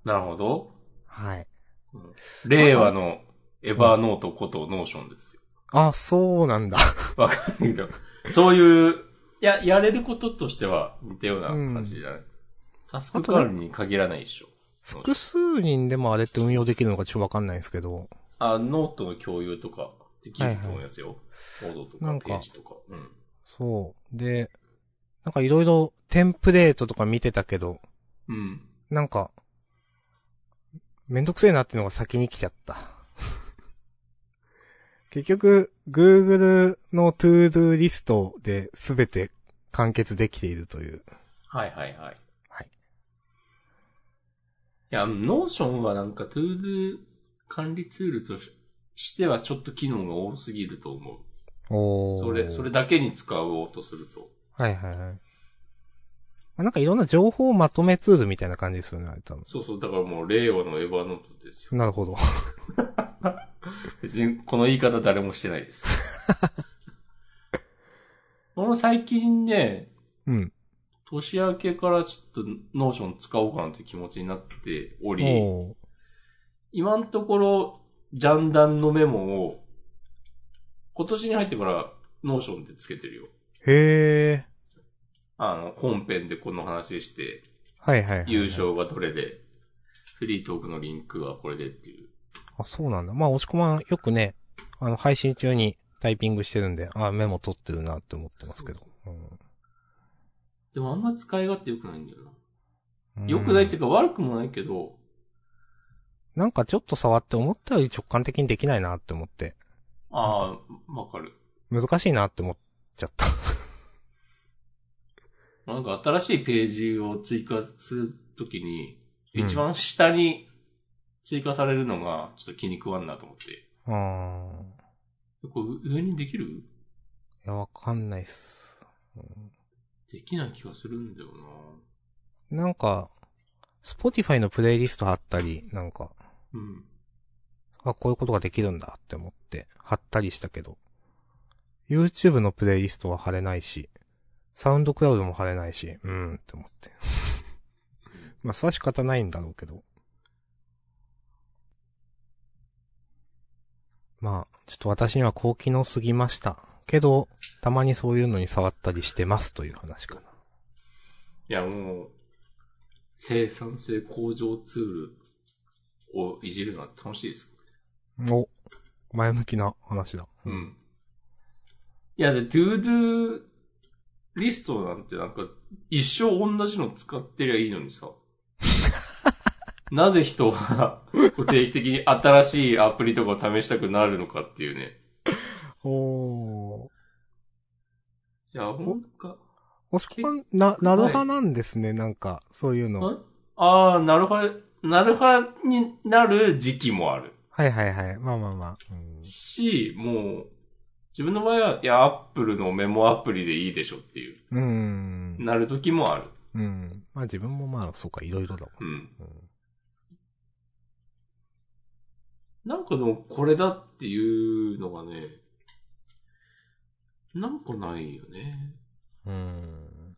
なるほど。はい。令和のエバーノートことノーションですよ。あ、そうなんだ。 わかんないけど。そういう、いや、やれることとしては似たような感じじゃない、タスク管理に限らないでしょ。複数人でもあれって運用できるのかちょっとわかんないんですけど、あ、ノートの共有とかできると思いますよ。コ、ードとなんかかページとか。うん。そう。で、なんかいろいろテンプレートとか見てたけど、うん。なんか、めんどくせえなっていうのが先に来ちゃ った。結局、Google の To Do リストで全て完結できているという。はいはいはい。はい。いや、ノーションはなんか、トゥードゥ管理ツールとししてはちょっと機能が多すぎると思おう。ーそれ、それ。だけに使おうとすると。はいはいはい。まあなんかいろんな情報をまとめツールみたいな感じですよね、あれ多分。そうそう、だからもう令和のエヴァノートですよ。 なるほど。別にこの言い方誰もしてない です。俺も最近ね、うん。年明けからちょっとノーション使おうかなという気持ちになっており、おー今のところ、ジャンダンのメモを、今年に入ってから、ノーションでつけてるよ。へえ。あの、本編でこの話して、はいはいはいはい。優勝がどれで、フリートークのリンクはこれでっていう。あ、そうなんだ。まあ、押し込まん、よくね、あの、配信中にタイピングしてるんで、あメモ取ってるなって思ってますけど。でもあんま使い勝手良くないんだよな。うん良くないっていうか悪くもないけど、なんかちょっと触って思ったより直感的にできないなって思って、ああ、わかる。難しいなって思っちゃった。なんか新しいページを追加するときに、うん一番下に追加されるのがちょっと気に食わんなと思って。あー。これ上にできるいや、わかんないっす。うんできない気がするんだよなんか、スポティファイのプレイリスト貼ったり、なんか、なうん。あ、こういうことができるんだって思って貼ったりしたけど、YouTube のプレイリストは貼れないし、サウンドクラウドも貼れないし、うー んって思って。まあ、それは仕方ないんだろうけど。まあ、ちょっと私には高機能すぎました。けど、たまにそういうのに触ったりしてますという話かな。いや、もう、生産性向上ツールをいじるのは楽しいです。お、前向きな話だ。う。ん。いや、で、トゥードゥリストなんてなんか、一生同じの使ってりゃいいのに さ。なぜ人は、定期的に新しいアプリとかを試したくなるのかっていうね。おー。いや、ほんとか。おしこん、な、など派なんですね、なんか、そういうの。ああ、なるほど。なるはになる時期もある。はいはいはい。まあまあまあ。うんし、もう、自分の場合は、いや、アップルのメモアプリでいいでしょっていう、うーん。なる時もある。うん。まあ自分もまあ、そうか、いろいろだもん。うん。うんなんかでも、これだっていうのがね、なんかないよね。うん。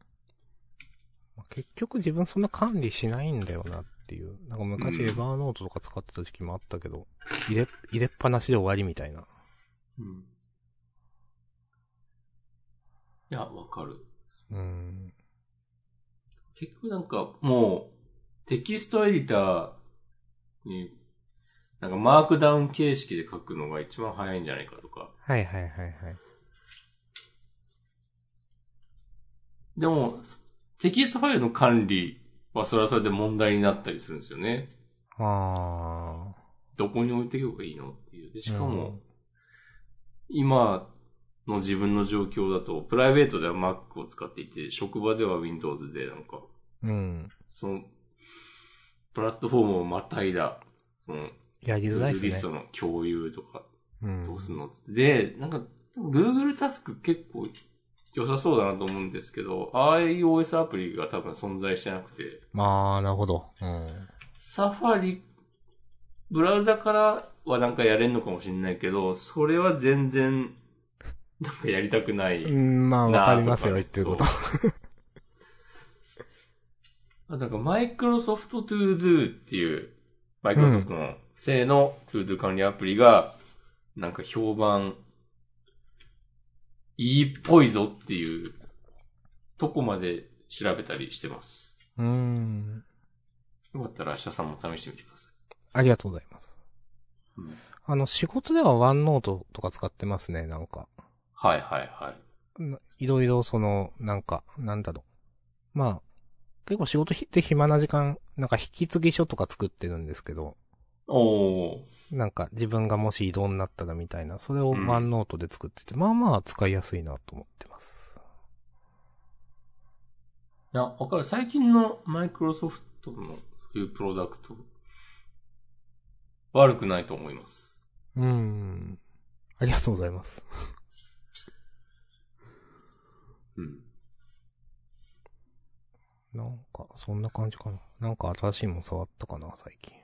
まあ結局自分そんな管理しないんだよなっていう。なんか昔うんエヴァーノートとか使ってた時期もあったけど、入れ、入れっぱなしで終わりみたいな。うん。いや、わかる。うん。結局なんか、もう、テキストエディターに、なんかマークダウン形式で書くのが一番早いんじゃないかとか。はいはいはいはい。でも、テキストファイルの管理はそれはそれで問題になったりするんですよね。あどこに置いていけばいいのっていう。で、ー。しかも、今の自分の状況だと、プライベートでは Mac を使っていて、職場では Windows で、なんか、うん、うん。その、プラットフォームをまたいだ、その、やりづらい Google でリスすトね。の共有とか、うん。どうすんのっつって。で、なんか、Google タスク結構良さそうだなと思うんですけど、iOS アプリが多分存在してなくて、まあ、なるほど。うん。サファリ、ブラウザからはなんかやれんのかもしれないけど、それは全然、なんかやりたくない。うん、まあ、わかりますよ、なあ言っとてること。そうあ、なんか、マイクロソフトトゥードゥっていう、マイクロソフトの製のトゥードゥ管理アプリが、なんか評判、いいっぽいぞっていう、とこまで調べたりしてます。うん。よかったら明日さんも試してみてください。ありがとうございます。うんあの、仕事ではワンノートとか使ってますね、なんか。はいはいはい。ないろいろその、なんか、なんだろう。まあ、結構仕事ひって暇な時間、なんか引き継ぎ書とか作ってるんですけど、おー。なんか自分がもし移動になったらみたいな、それをうんワンノートで作ってて、まあまあ使いやすいなと思ってます。いや、わかる。最近のマイクロソフトのそういうプロダクト、悪くないと思います。うーん。ありがとうございます。うん。なんか、そんな感じかな。なんか新しいもん触ったかな、最近。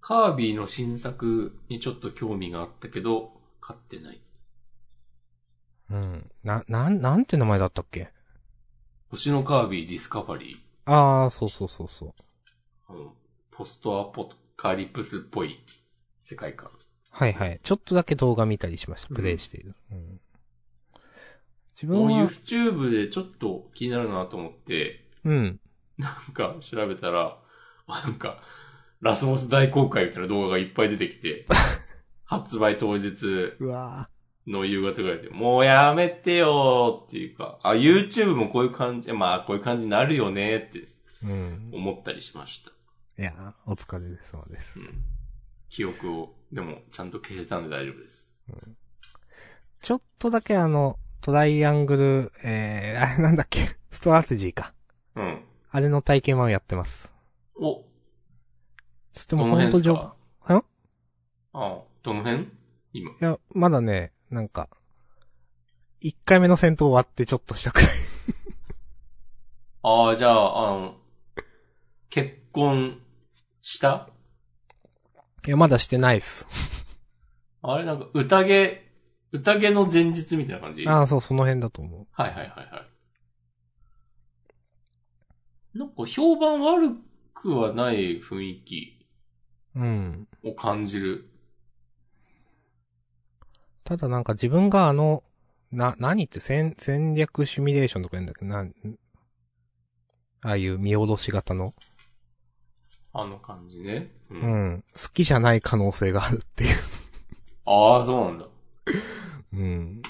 カービィの新作にちょっと興味があったけど、買ってない。うん。な、なん、なんて名前だったっけ星のカービィディスカバリー。あー、そうそうそうそう。あの、ポストアポカリプスっぽい世界観。はいはい。ちょっとだけ動画見たりしました。プレイしている。うん自もう分は、 YouTube でちょっと気になるなと思って、うん。なんか調べたら、あなんか、ラスボス大公開みたいな動画がいっぱい出てき て、発売当日、うわの夕方ぐらいで、もうやめてよーっていうか、あ、YouTube もこういう感じ、まあこういう感じになるよねーってうん。思ったりしました。いやーお疲れ様ですう。ん。記憶を、でもちゃんと消せたんで大丈夫です。ちょっとだけあの、トライアングル、えー、あれなんだっけ、ストラテジーか。うん。あれの体験版をやってます。お、ちょっどともうのほ辺んでとす序盤かほんとあどの辺今。いや、まだね、なんか、一回目の戦闘終わってちょっとしたくらい。ああ、じゃあ、あの、結婚したいや、まだしてないっす。あれなんか宴、宴の前日みたいな感じああ、そう、その辺だと思う。はいはいはいはい。なんか評判悪くはない雰囲気うん。を感じる。ただなんか自分があの、な、何って戦、戦略シミュレーションとか言うんだっけど、なん、ああいう見下ろし型の、あの感じね。う。うんん、好きじゃない可能性があるっていう。ああ、そうなんだ。うん。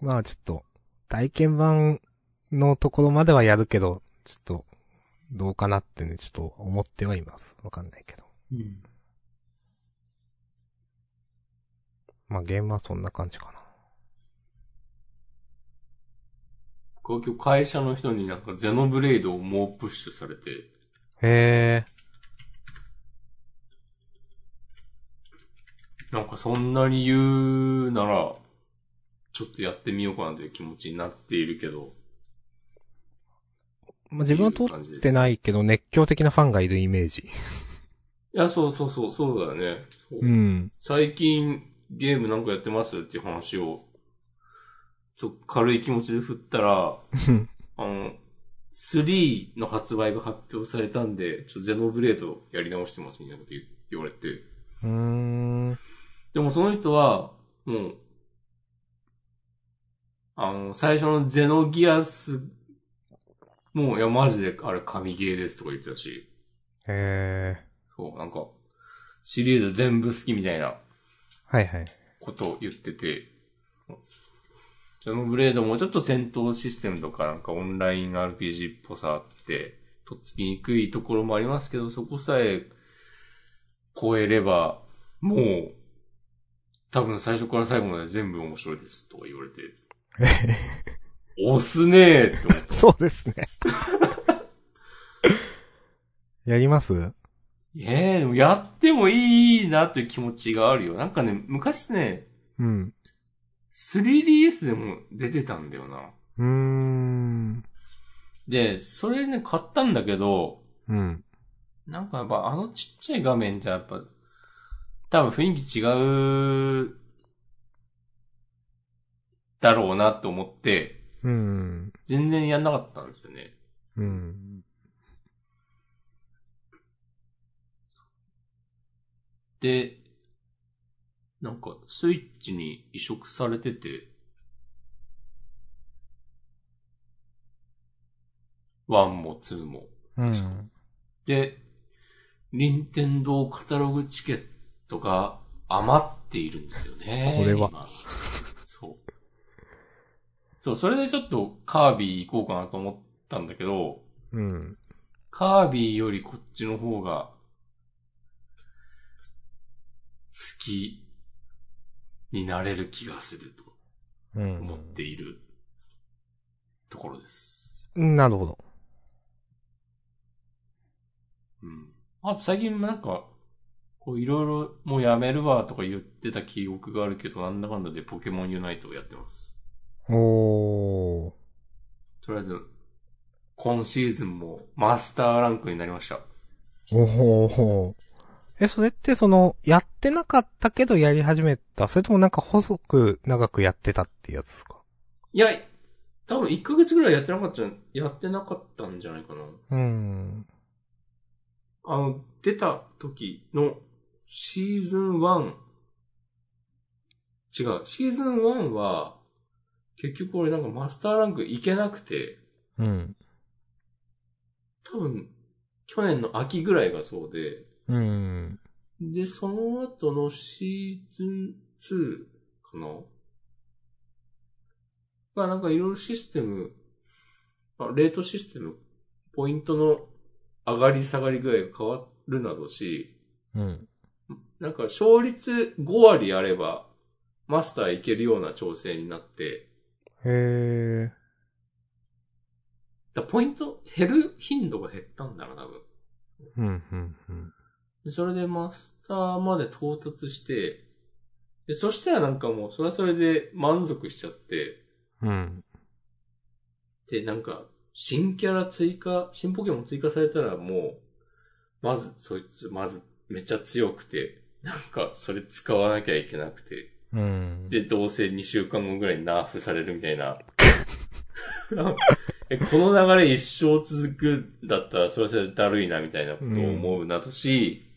まあちょっと、体験版のところまではやるけど、ちょっと、どうかなってね、ちょっと思ってはいます。わかんないけど。うん。まあゲームはそんな感じかな。僕は今日会社の人になんかゼノブレイドを猛プッシュされて、へなんかそんなに言うなら、ちょっとやってみようかなという気持ちになっているけど。ー。まあ自分は通っ感じでてすないけど、熱狂的なファンがいるイメージ。いや、そうそうそう、そうだよね。そううん。最近ゲームなんかやってますっていう話を、ちょっと軽い気持ちで振ったら、あの、3の発売が発表されたんで、ちょっとゼノブレードやり直してますみたいなこと言言われて。うーん。でもその人は、もう、あの、最初のゼノギアス、もう、いや、マジであれ神ゲーですとか言ってたし、へえ。そう、なんか、シリーズ全部好きみたいなはいはい。ことを言ってて、ジャムブレードもちょっと戦闘システムとかなんかオンライン RPG っぽさあって、とっつきにくいところもありますけど、そこさえ超えれば、もう、多分最初から最後まで全部面白いですとか言われて、押すねえって思って そうですね。 やりますええでもやってもいいなという気持ちがあるよ。なんかね、昔ね、うん。 3DS でも出てたんだよな。うーん。で、それね、買ったんだけど、うん。なんかやっぱあのちっちゃい画面じゃやっぱ、多分雰囲気違う、だろうなと思って、うん。全然やんなかったんですよね。うん。で、なんかスイッチに移植されてて、1も2も。うん。で、任天堂カタログチケットが余っているんですよね。これは今。そう。そう、それでちょっとカービィ行こうかなと思ったんだけど、うん。カービィよりこっちの方が、好きになれる気がするとう思っん。ているところです。なるほど。うん。あと最近なんか、こういろいろもうやめるわとか言ってた記憶があるけど、なんだかんだでポケモンユナイトをやってます。おー。とりあえず、今シーズンもマスターランクになりました。おほほえ、それってその、やってなかったけどやり始めたそれともなんか細く長くやってたってやつですかいや、多分1ヶ月ぐらいやってなかったん、やってなかったんじゃないかな。うん。あの、出た時のシーズン1、違う、シーズン1は、結局俺なんかマスターランク行けなくて、うん。多分、去年の秋ぐらいがそうで、うん。で、その後のシーズン2かなが、なんかいろいろシステム、あレートシステム、ポイントの上がり下がり具合が変わるなどし、うん。なんか勝率5割あれば、マスターいけるような調整になって、へー。だからポイント減る頻度が減ったんだな、多分。うん、うん、うん。で、それでマスターまで到達して、で、そしたらなんかもう、それはそれで満足しちゃって、うん。で、なんか、新キャラ追加、新ポケモン追加されたらもう、まず、そいつ、まず、めっちゃ強くて、なんか、それ使わなきゃいけなくて、うん。で、どうせ2週間後ぐらいにナーフされるみたいな。え、この流れ一生続くんだったら、それはそれでだるいな、みたいなことを思うなとし、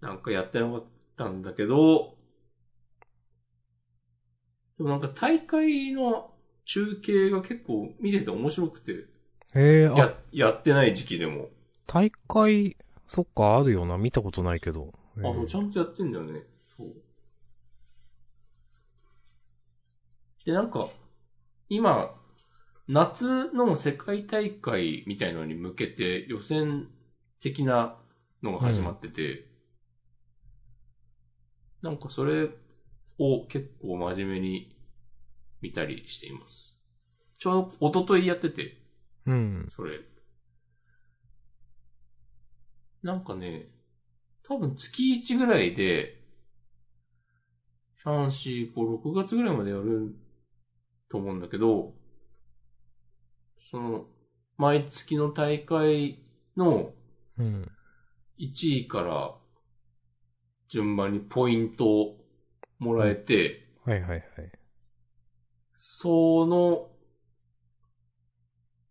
なんかやってなかったんだけど、でもなんか大会の中継が結構見てて面白くて、ええー、あ、や、やってない時期でも、大会、そっか、あるよな。見たことないけど。えあ、ーそうちゃんとやってんだよね。そう。で、なんか、今、夏の世界大会みたいのに向けて予選的なのが始まってて、なんかそれを結構真面目に見たりしています。ちょうど一昨日やってて、うん。それ。なんかね、多分月1ぐらいで、3、4、5、6月ぐらいまでやると思うんだけど、その、毎月の大会のうん。 1位から順番にポイントをもらえて、はいはいはい。その、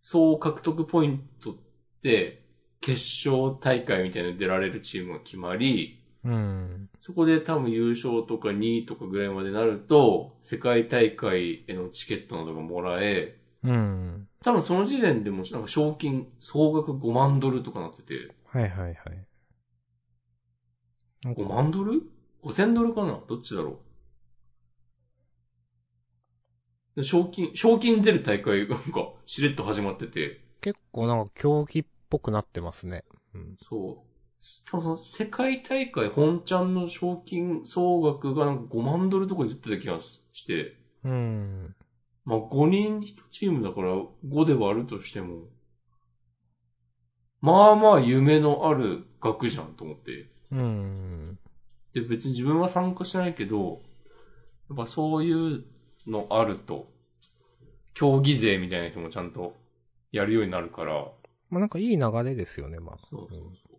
総獲得ポイントって、決勝大会みたいなのに出られるチームが決まり、うん。そこで多分優勝とか2位とかぐらいまでなると、世界大会へのチケットなどがもらえ、うん。多分その時点でもなんか賞金総額5万ドルとかなってて、はいはいはい。なんか5万ドル ?5000 ドルかなどっちだろうで賞金、賞金出る大会がなんかしれっと始まってて、結構なんか競技っぽくなってますね。うん。そう。多分その世界大会本ちゃんの賞金総額がなんか5万ドルとか言ってた気がして、うん。まあ5人1チームだから5で割るとしても、まあまあ夢のある額じゃんと思って。うん。で別に自分は参加してないけど、やっぱそういうのあると、競技税みたいな人もちゃんとやるようになるから、まあなんかいい流れですよね、まあ。そうそう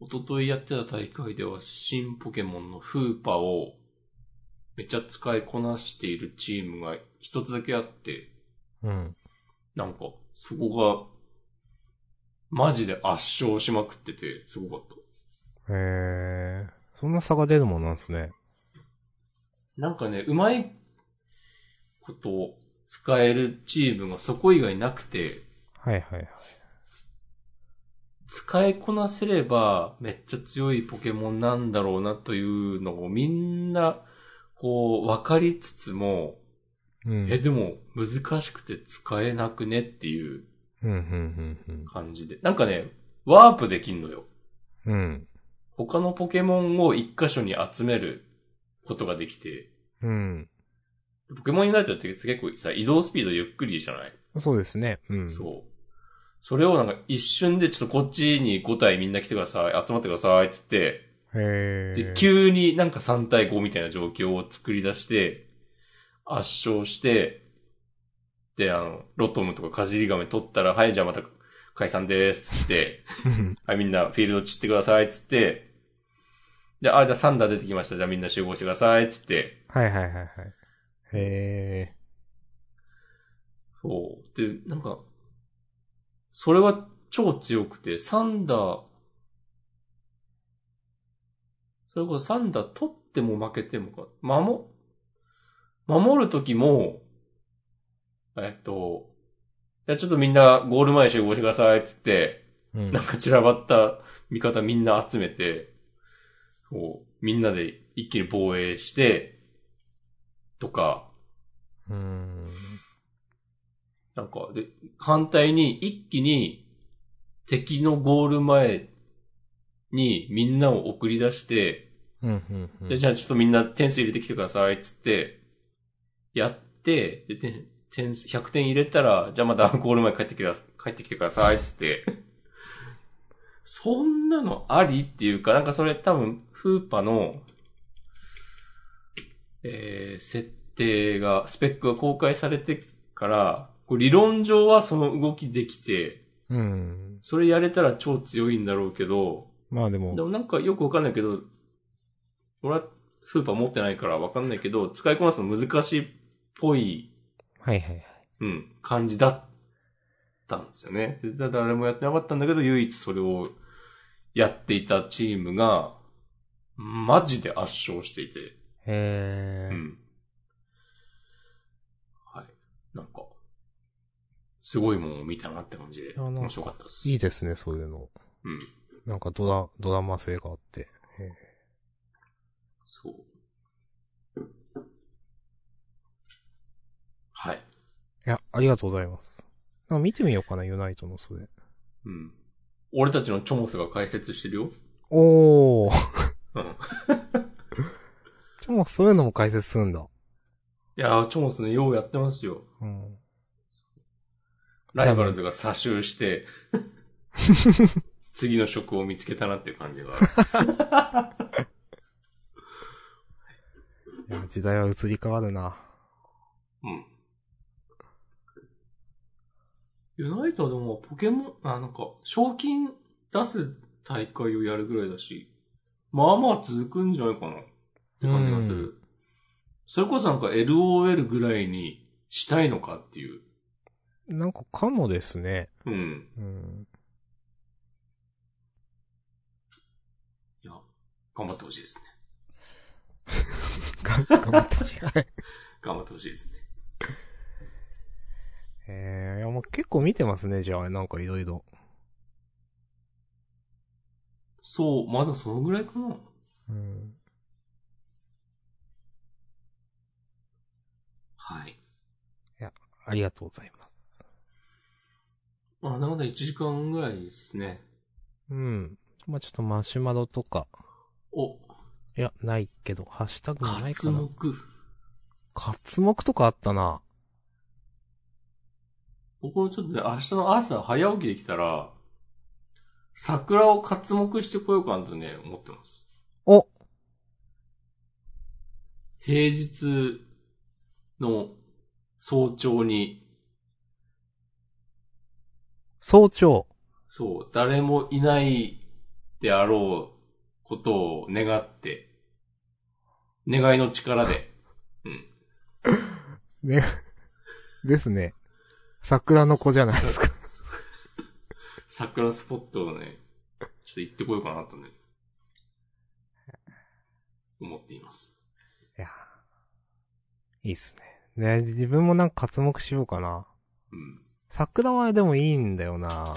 そう。一昨日やってた大会では新ポケモンのフーパをめっちゃ使いこなしているチームが一つだけあって、うん。なんかそこがマジで圧勝しまくっててすごかった。へえ。そんな差が出るもんなんですね。なんかね、うまいことを使えるチームがそこ以外なくて、はいはいはい。使いこなせればめっちゃ強いポケモンなんだろうなというのをみんなこう分かりつつも、うん。え、でも難しくて使えなくねっていううん、うん、うん、感じで。なんかね、ワープできんのよ。うん。うん。他のポケモンを一箇所に集めることができて、うん。ポケモンユナイトって結構さ、移動スピードゆっくりじゃない、そうですね。うん。そう。それをなんか一瞬でちょっとこっちに5体みんな来てください、集まってくださいって言って、へえ。で、急になんか3対5みたいな状況を作り出して、圧勝して、で、あの、ロトムとかカジリガメ取ったら、はい、じゃあまた解散ですっつって、うんはい、みんなフィールド散ってくださいっつって、で、あ、じゃあサンダー出てきました、じゃあみんな集合してくださいっつって、はいはいはいはい。へそう。で、なんか、それは超強くて、サンダー、それこそサンダー取っても負けてもか、守、守るときも、えっと、じゃあちょっとみんなゴール前集合してくださいっつって、え。うんなん。か散らばった味方みんな集めて、こう、みんなで一気に防衛して、とか、うん。なんか、で、反対に一気に敵のゴール前にみんなを送り出して、うん、うん、うん。でじゃあちょっとみんな点数入れてきてくださいっつって、やって、で、点、点数、100点入れたら、じゃあまた ゴール前帰ってきてくださ帰ってきてくださいっつって。そんなのありっていうか、なんかそれ多分、フーパの、えー、設定が、スペックが公開されてから、こう理論上はその動きできて、うん。それやれたら超強いんだろうけど、まあでもで、もなんかよくわかんないけど、俺はフーパー持ってないからわかんないけど、使いこなすの難しいっぽいはいはい。うん、感じだったんですよね。でただ誰もやってなかったんだけど、唯一それをやっていたチームが、マジで圧勝していて。へうー。ん。はい。なんか、すごいもんを見たなって感じで、やなんか面白かったです。いいですね、そういうの。うん。なんかドラ、ドラマ性があって。そう。はい。いや、ありがとうございます。なんか見てみようかな、ユナイトのそれ。うん。俺たちのチョモスが解説してるよ。おー。うん。 でもそういうのも解説するんだ。いやー、チョモスね、ようやってますよ。うん。ライバルズが左襲 して、次の職を見つけたなっていう感じが。いや、時代は移り変わるな。うん。ユナイトはでも、ポケモン、あ、なんか、賞金出す大会をやるぐらいだし、まあまあ続くんじゃないかなって感じがすうる。それこそなんか LOL ぐらいにしたいのかっていう。なんかかもですね。うん。うん。いや、頑張ってほしいですね。が頑張ってほしい。はい頑張ってほしいですね。えー、いや、もう結構見てますね、じゃあ、なんかいろいろ。そう、まだそのぐらいかな。うん。はい。ありがとうございます。まあ、まだ1時間ぐらいですね。うん。まあちょっとマシュマロとか、お、いや、ないけど、ハッシュタグもないか活な。目。活目とかあったな。僕もちょっとね、明日の朝早起きできたら、桜を活目してこようかなとね、思ってます。お平日の早朝に、早朝。そう、誰もいないであろうことを願って、願いの力で、うん。ね。ですね。桜の子じゃないですか。桜スポットをね、ちょっと行ってこようかなとね、思っています。いや。いいっすね。ね、自分もなんか活目しようかな。うん。桜はでもいいんだよな。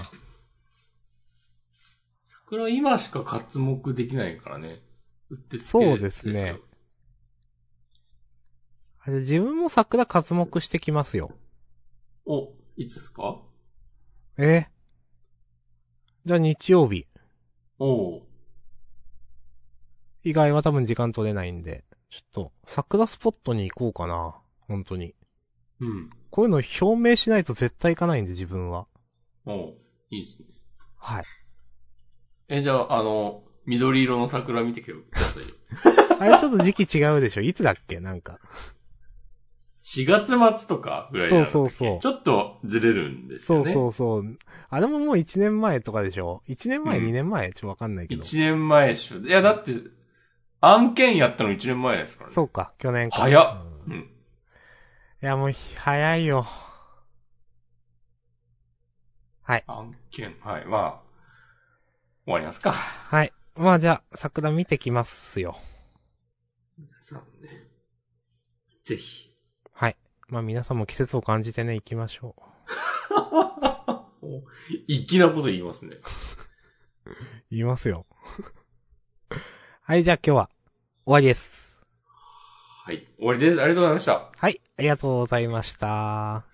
桜今しか活目できないからね。うってつけそうですねよあれ、自分も桜活目してきますよ。お、いつですかえじゃあ日曜日。おう以外は多分時間取れないんで、ちょっと桜スポットに行こうかな。本当に。うん。こういうの表明しないと絶対行かないんで自分は。おういいですね。はい。え、じゃあ、あの、緑色の桜見てき てくださいよ。あれちょっと時期違うでしょいつだっけなんか。 4月末とかぐらいそなうそうそうち。ょっとずれるんですそようね。そうそう。あれももう1年前とかでしょ ?1 年前、うん2年前ちょっとわかんないけど。 1年前でしょ。いや、だって、案件やったの1年前ですからね。そうか、去年か。早っうんういん。や、もうひ、早いよ。案件、はい。まあ、終わりますか。はい。まあじゃあ、桜見てきますよ。皆さんね。ぜひ。はい。まあ皆さんも季節を感じてね、行きましょう。お粋なこと言いますね。言いますよ。 はい、じゃあ今日は、終わりです。はい。終わりです。ありがとうございました。はい、ありがとうございました。